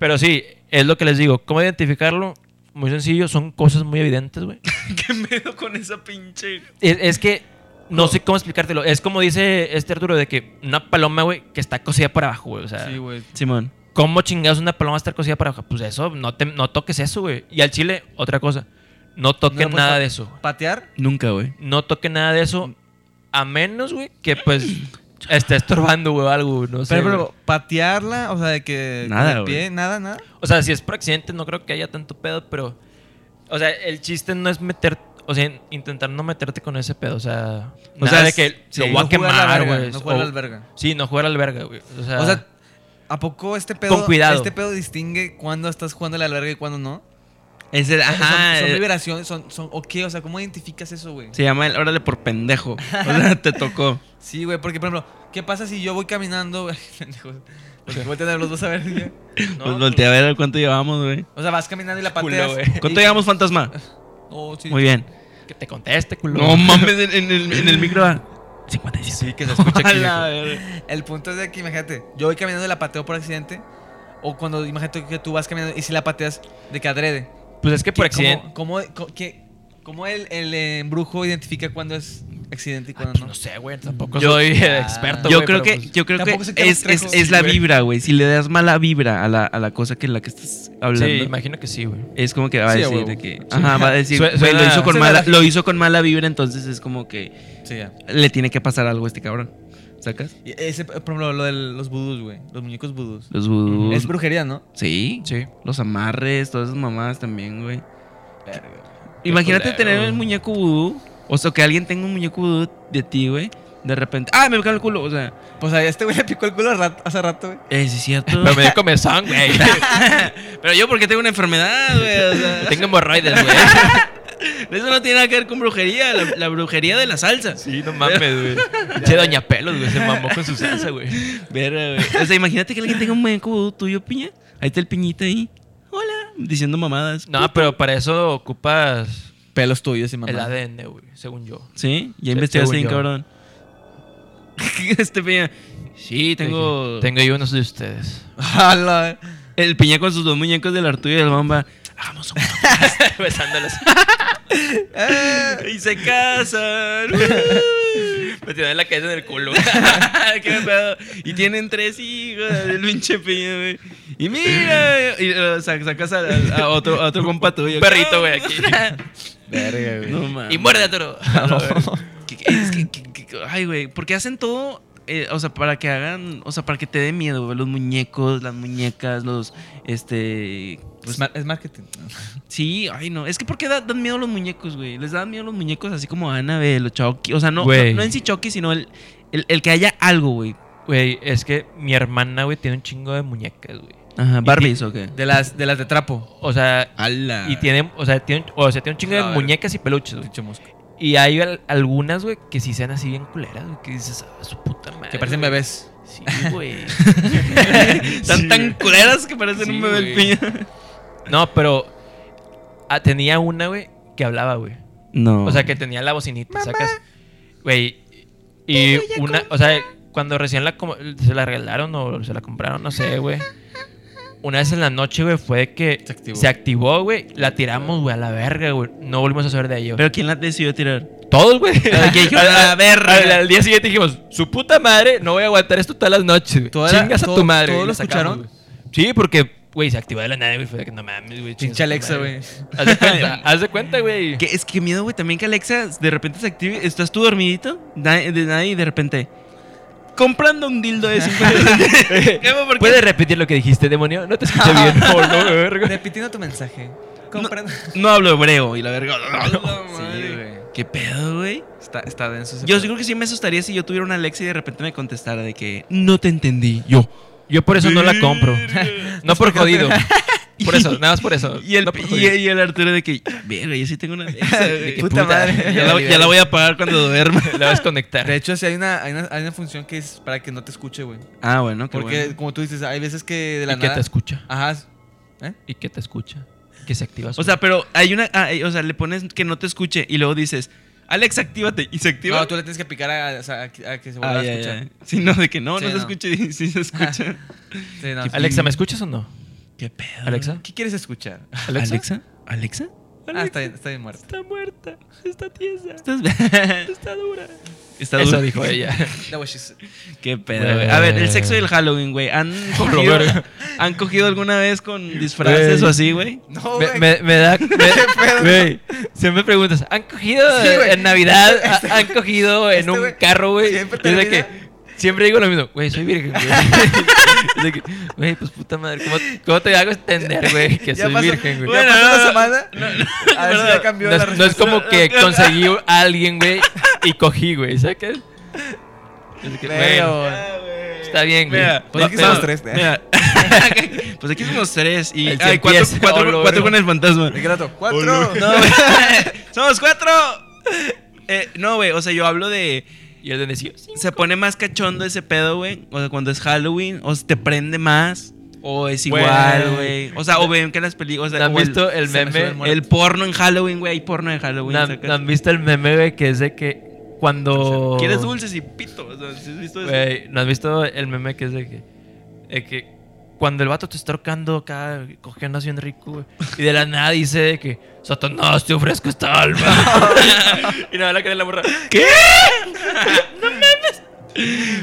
Pero sí, es lo que les digo. ¿Cómo identificarlo? Muy sencillo, son cosas muy evidentes, güey.
¿Qué miedo con esa pinche...?
Es, es que no sé cómo explicártelo. Es como dice este Arturo, de que una paloma, güey, que está cosida para abajo, güey. O sea,
Sí, güey.
Simón.
¿Cómo chingados una paloma va a estar cocida para abajo? Pues eso, no, te, no toques eso, güey. Y al chile, otra cosa. No
No
toquen
lo puedes
nada
to-
de eso. güey.
Patear.
Nunca, güey.
No toquen nada de eso. A menos, güey,
[clears throat]
que pues esté estorbando, güey, algo, güey, no sé.
Pero, pero,
güey.
patearla, o sea, de que. con
Nada,
el pie,
güey.
Nada, nada.
O sea, si es por accidente, no creo que haya tanto pedo, pero. O sea, el chiste no es meter. O sea, intentar no meterte con ese pedo. O sea, o sea
sea,
de que
sí,
lo voy a
no jugar a la
quemar,
verga,
güey.
no jugar a la
o-
alberga.
Sí, no jugar al verga, güey. O sea,
O sea, ¿a poco este pedo.
Con cuidado.
Este pedo distingue cuándo estás jugando a la alberga y cuándo no?
Es el...
Ah,
son, son
eh,
liberaciones, son, son, ¿o qué? O sea, ¿cómo identificas eso, güey?
Se llama el órale por [laughs] pendejo. O sea, te tocó.
Sí, güey, porque, por ejemplo, ¿qué pasa si yo voy caminando, [laughs] güey? Pendejos. Porque voy a tener los dos a ver, güey.
no,
Pues voltea a ver cuánto llevamos, güey.
O sea, vas caminando y la
[laughs] Culo,
pateas.
güey.
¿Cuánto llevamos, [laughs] fantasma?
Oh, sí.
Muy bien.
que te conteste, culo. [laughs]
[laughs] No mames, en, en el, en el micro. ah. 57.
Sí, que
[laughs]
se escucha aquí. viejo.
El punto es de que, imagínate, yo voy caminando y la pateo por accidente. O cuando, imagínate que tú vas caminando y si la pateas de que adrede.
Pues es que por
¿Qué- cómo-
accidente.
¿Cómo, co- qué- cómo el, el eh, embrujo identifica cuándo es accidente y
Ah,
Ah,
Ay,
cuándo
pues
no?
no sé, güey. Tampoco
Yo
soy
soy
Ah.
experto.
Yo
güey, pero
creo que,
pues-
yo creo que
tampoco se quedan
es, es,
trejos,
es la
güey.
vibra, güey. Si le das mala vibra a la, a la cosa que la que estás hablando,
Sí, imagino que sí, güey.
es como que va a
Sí, a
decir
huevo.
de que. Ajá, va a decir.
Sue-
güey,
suena-
lo, hizo con
suena
mala,
lógico.
lo hizo con mala vibra, entonces es como que
Sí, ya.
le tiene que pasar algo a este cabrón. ¿Sacas?
Y ese, por ejemplo, lo de los vudús, güey. Los muñecos vudús.
Los vudús.
Es brujería, ¿no?
Sí,
Sí.
los amarres, todas esas mamadas también, güey. Imagínate
culero.
tener el muñeco vudú. O sea, que alguien tenga un muñeco vudú de ti, güey. De repente, ¡ah, me picaron el culo! O sea,
Pues a este güey le picó el culo al rato- hace rato, güey.
eh, sí es [laughs] cierto.
Pero me dio comezón, güey.
Pero yo porque tengo una enfermedad, güey. O sea,
Tengo hemorroides, güey.
eso no tiene nada que ver con brujería, la, la brujería de la salsa.
Sí, no mames, güey. Che, Doña Pelos, güey, se mamó con su salsa, güey.
Verga, güey. O sea, imagínate que alguien tenga un muñeco vudú tuyo, piña. Ahí está el piñita ahí. Hola, diciendo mamadas.
No, pero para eso ocupas
Pelos tuyos y mamá.
el ADN, güey, según yo.
Sí, ya
Se-
investigaste
según
bien,
yo.
cabrón. [laughs] este piña. Sí, tengo.
Tengo yo unos de ustedes.
Ala.
El piña con sus dos muñecos del Arturo y del Bamba. Hagamos un
[laughs] Besándolos.
[laughs] Y se casan.
[laughs] Me tiraron la cabeza en el culo.
[laughs] Qué pedo. Y tienen tres hijos. El pinche piña, güey. Y mira. Y uh, sac- sacas a, a otro, a otro compa tuyo.
Perrito, güey, aquí.
Verga, güey.
[laughs] No mames.
Y muerde a toro.
[laughs] Que- que- es que- que- que- que- ay, güey. Porque hacen todo. eh, o sea, para que hagan. O sea, para que te dé miedo, güey. Los muñecos, las muñecas, los. Este.
Es, ma- pues, es marketing.
Sí, ay no. Es que ¿por qué da- dan miedo los muñecos, güey? Les dan miedo los muñecos así como Annabelle los Chucky. O sea, no, no,
Güey.
no en sí Chucky, sino el, el, el que haya algo, güey.
Güey, es que mi hermana, güey, tiene un chingo de muñecas, güey.
Ajá,
Barbies,
Barbies [laughs] o qué.
De las de, las de trapo.
O sea,
Ala.
y tiene, o sea, tiene, un- o sea, tiene un chingo de
A ver.
muñecas y peluches, güey.
Pinche mosca.
Y hay al- algunas, güey, que sí sean así bien culeras, güey, que dices, "Ah, su puta madre.
Que parecen
güey".
bebés.
Sí, güey.
[laughs] Están tan culeras que parecen
Sí,
un bebé
güey.
el piña.
No, pero ah, tenía una, güey, que hablaba, güey.
[laughs] No.
O sea, que tenía la bocinita, sacas. Güey, y una, o sea, cuando recién la com- se la regalaron o se la compraron, no sé, güey. Una vez en la noche, güey, fue de que
Se activó.
se activó, güey. La tiramos, güey, a la verga, güey. No volvimos a saber de ello.
Pero ¿quién la decidió tirar?
Todos, güey.
que dijeron,
Al- al-
"A ver".
Al, al día siguiente dijimos, su puta madre, no voy a aguantar esto todas las noches, güey.
Toda la-
Chingas
todo-
a tu madre.
¿todos
Y
lo
la sacamos,
escucharon?
güey. Sí, porque, güey, se activó de la nada, güey. Fue de que no mames, güey. chingas a
Pinche
tu
Alexa,
madre".
güey.
Haz de cuenta, haz de cuenta, güey.
[laughs] Que es que miedo, güey, también que Alexa de repente se active. Estás tú dormidito, na- de nadie, y de repente. Comprando un dildo de [laughs] 50
¿Puedes repetir lo que dijiste, demonio? No te escuché [laughs] bien. por lo verga.
Repitiendo tu mensaje. Comprando.
No hablo hebreo y [laughs] la verga.
Sí, güey.
¿Qué pedo, güey?
Está, está denso ese
Yo
pedo.
sí creo que sí me asustaría si yo tuviera una Alexa y de repente me contestara de que no te entendí yo.
Yo por eso no la compro. [laughs] No por jodido. [laughs] Por eso, nada más por eso.
[laughs] Y el,
No por
y,
jodido.
y el Arturo de que, verga, yo sí tengo una [laughs] Alexa. güey.
Puta madre.
[laughs]
Ya la, ya la voy a pagar cuando duerma.
La vas a desconectar.
De hecho, sí hay una, hay, una, hay una función que es para que no te escuche, güey.
Ah, bueno, qué
Porque,
bueno.
como tú dices, hay veces que de la
Y que
nada.
te escucha.
Ajá.
Y que te escucha. Que se activa. su-
O sea, pero hay una. ah, eh, o sea, le pones que no te escuche y luego dices, Alexa, actívate. Y se activa.
No, tú le tienes que picar a, o sea, a que a que se vuelva
Ah,
a
ya,
escuchar.
ya. Sí, no, de que no,
Sí,
no se
no.
escuche y sí se escucha.
Sí, no, sí.
Alexa, ¿me escuchas o no?
¿Qué pedo?
Alexa.
¿Qué quieres escuchar?
Alexa.
¿Alexa? ¿Alexa?
Ah, está bien, está bien muerto.
Está muerta, está tiesa,
¿Estás...
está dura.
[laughs] Está
Eso
duro.
dijo [laughs] ella.
[laughs] No, güey, she's-
Qué pedo, güey. A ver, el sexo y el Halloween,
[laughs]
güey. ¿Han cogido,
verga.
¿Han cogido alguna vez con disfraces
Güey.
o así, güey?
No,
me,
Oh, güey.
me-
[laughs]
me da. me- güey, siempre preguntas, ¿han cogido
Sí, güey.
en Navidad?
[laughs]
¿Ha-
Este-
¿Han cogido en
este
un
güey
carro, güey?
siempre
Y es de
termina-
que siempre digo lo mismo, güey, [laughs] soy virgen, güey. Es de que, Güey, pues puta madre, ¿cómo, cómo te hago entender, güey, que
Ya
soy
pasó-
virgen,
Ya
güey?
Bueno,
pasó
no,
una
no,
semana. [laughs] a ver si ya cambió
No,
la
es- no es
respuesta.
como que conseguí a alguien, güey, y cogí, güey, ¿sabes qué? Es que, bueno,
Pero,
está bien, güey.
Mira,
pues
Va-
aquí somos tres. eh.
Mira. pues aquí somos tres y
El
ay,
cien
cuatro,
pies.
cuatro-
Oh, lo verga.
cuatro con
[laughs]
el fantasma. [laughs]
¿De qué rato? Cuatro.
No, güey. somos cuatro. Eh, no, güey, o sea, yo hablo de...
Y el duendecillo, sí.
Se pone más cachondo ese pedo, güey. O sea, cuando es Halloween, o se te prende más. O es
Güey.
igual, güey. O sea, o ven que las películas... O sea,
¿Han
o el-
visto el
se me sube el
meme?
muerto.
El porno en Halloween, güey. Hay porno en Halloween.
¿No han-
sacas.
no han visto el meme, güey, que es de que Cuando.
Quieres dulces y pito. O sea, ¿sí has visto eso?
Güey, ¿no has visto el meme que es de que, de que cuando el vato te está tocando acá, cogiendo así en rico, güey, y de la nada dice de que, Satanás, te ofrezco esta alma. [laughs] y nada, la cara de la morra, ¿qué?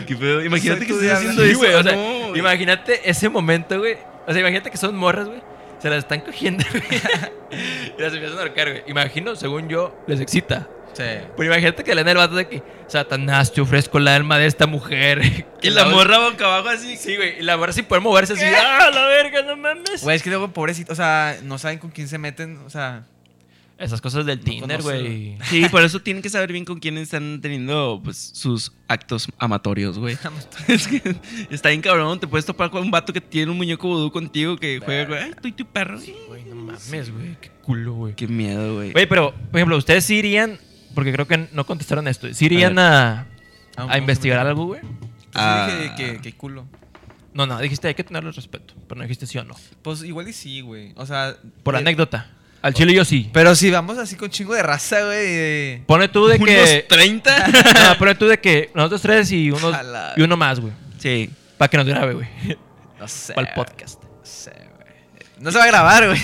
Qué pedo. Imagínate que
Exacto,
estés
de
haciendo
Sí,
eso.
güey, o sea,
no, güey.
imagínate ese momento, güey. O sea, imagínate que son morras, güey. Se las están cogiendo, [laughs] güey. y las empiezan a ahorcar, güey. Imagino, según yo, les excita.
Sí.
Pero imagínate que le den el vato de que, Satanás, te ofrezco la alma de esta mujer. [laughs]
Y la morra
boca abajo así. Sí, güey. Y la morra sin poder moverse así. ¡Ah, la verga, no mames!
Güey, es que luego, pobrecito, o sea, no saben con quién se meten, o sea...
Esas cosas del Tinder,
conoce,
güey.
Sí, por eso tienen que saber bien con quién están teniendo pues, sus actos amatorios, güey. [laughs] es que está bien cabrón. Te puedes topar con un vato que tiene un muñeco vudú contigo que juega, güey. Ay, tú y tu perro.
Güey, no mames, güey. Qué culo, güey.
Qué miedo, güey.
Güey, pero, por ejemplo, ustedes sí irían, porque creo que no contestaron esto, sí irían a,
Ah,
a
vamos a
investigar
meter.
algo, güey.
Ah.
Entonces dije que, que culo.
No, no, dijiste hay que tenerle respeto, pero no dijiste sí o no.
Pues igual y sí, güey, o sea...
Por
eh,
anécdota. Al chile yo sí.
Pero si vamos así con chingo de raza, güey, de...
Pone tú de que.
¿Unos 30?
[laughs] No, pone tú de que nosotros tres y, unos,
A la-
y uno más, güey.
sí.
Para que nos grabe, güey.
No
[laughs]
sé,
Para el podcast.
no sé, güey. No se va a grabar, güey.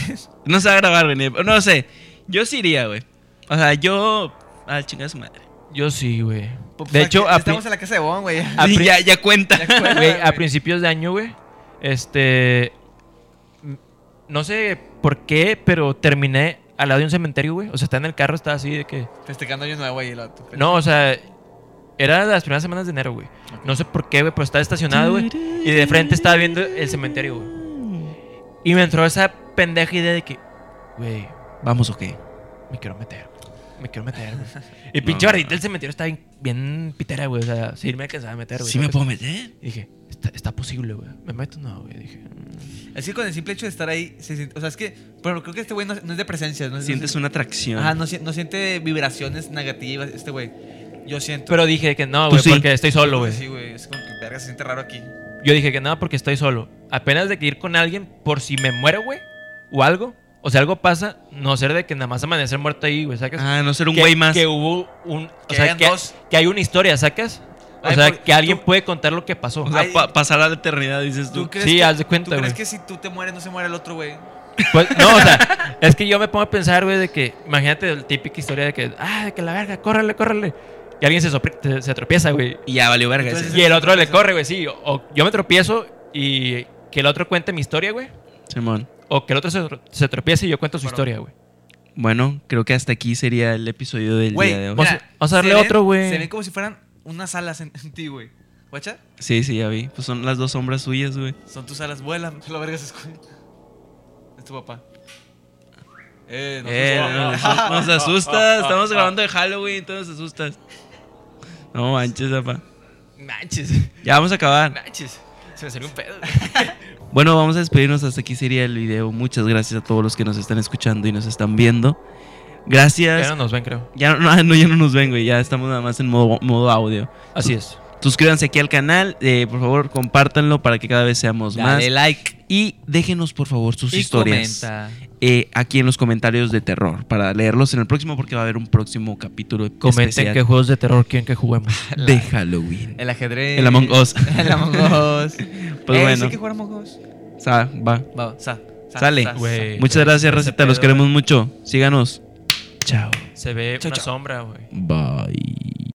No se va a grabar, güey. ni- No sé. Yo sí iría, güey. O sea, yo. Al chingar a su madre.
Yo sí, güey.
Pues,
De
aquí
hecho, a, pri-
Estamos en la casa de Bon, güey. [laughs]
A
Sí,
pri-
[laughs] ya, ya cuenta.
Ya cuenta,
güey, a
güey.
principios de año, güey, este. m- No sé por qué, pero terminé al lado de un cementerio, güey. O sea, está en el carro, estaba así de que.
Festejando año nuevo, güey, el vato.
No, o sea, era de las primeras semanas de enero, güey. No sé por qué, güey, pero estaba estacionado, güey. Y de frente estaba viendo el cementerio, güey. Y me entró esa pendeja idea de que, güey,
Vamos, ok.
me quiero meter. Me quiero
[laughs]
meter, güey. Y pinche barrita del cementerio está bien, bien pitera, güey. O sea, sí me alcanzaba a meter, güey.
¿Sí me
¿sabes?
puedo meter?
Y dije, está, está posible, güey. ¿Me meto? No, güey. Dije,
Es que con el simple hecho de estar ahí, se siente- o sea, es que, bueno, creo que este güey no, no es de presencia. No,
Sientes
no,
una atracción.
Ajá, no, si- no siente vibraciones negativas este güey. Yo siento.
Pero dije que no,
Tú
güey,
sí.
porque estoy solo, güey.
Sí, güey, es como que verga, se siente raro aquí.
Yo dije que no, porque estoy solo. Apenas de que ir con alguien por si me muero, güey, o algo. O sea, algo pasa, no ser de que nada más amanecer muerto ahí, güey, ¿sacas?
Ah, no ser un
Que-
güey más.
Que hubo un. O
Que
sea,
hayan
que,
dos.
que hay una historia, ¿sacas? O
Ay,
sea,
por-
que alguien
tú-
puede contar lo que pasó.
O sea,
Ay.
pa- pasar a la eternidad, dices tú.
Sí, haz de cuenta,
¿Tú crees
güey.
que si tú te mueres, no se muere el otro, güey?
Pues, no, o
[laughs]
sea, es que yo me pongo a pensar, güey, de que. Imagínate la típica historia de que. Ah, de que la verga, córrele, córrele. Y alguien se, sopre- te- se tropieza, güey.
Y ya valió verga.
Entonces-
ese.
Y el otro le corre, güey, sí. O, o yo me tropiezo y que el otro cuente mi historia, güey.
Simón.
O que el otro se, tro- se tropiece y yo cuento su historia, güey.
Bueno, creo que hasta aquí sería el episodio del
Güey,
día de hoy.
Vamos a-
mira,
vamos a
se
darle
ven-
otro, güey.
Se ven como si fueran unas alas en, en ti, güey. ¿Guacha?
Sí, sí, ya vi. Pues son las dos sombras suyas, güey.
Son tus alas, vuelan. [laughs] La verga se escucha. Es tu papá. Eh, no
Eh,
seas-
no, no, nos asustas. Estamos grabando de Halloween, entonces nos asustas. No manches, papá.
Manches,
Ya vamos a acabar.
manches. Se me salió un pedo,
Bueno, vamos a despedirnos. Hasta aquí sería el video. Muchas gracias a todos los que nos están escuchando y nos están viendo. Gracias.
Ya no nos ven, creo.
Ya no, [laughs] no, ya no nos ven, güey. Ya estamos nada más en modo, modo audio.
Así es.
Suscríbanse aquí al canal. eh, por favor, compártanlo para que cada vez seamos más.
Dale like
Y déjenos, por favor, sus
y
historias
comenta.
eh, aquí en los comentarios de terror para leerlos en el próximo porque va a haber un próximo capítulo
Comenten
especial
qué juegos de terror quieren que juguemos.
de Halloween.
El ajedrez.
El Among Us.
[laughs] El Among Us.
Eh, Pues
Eh,
bueno,
Sí que jugar Among Us.
sa- va.
Va, sa, sa,
Sale.
sa, sa.
Güey.
Muchas gracias, Rosita. Los
pedo,
queremos mucho. Síganos. Chao.
Se ve
Chao,
una
chao.
sombra, güey.
Bye.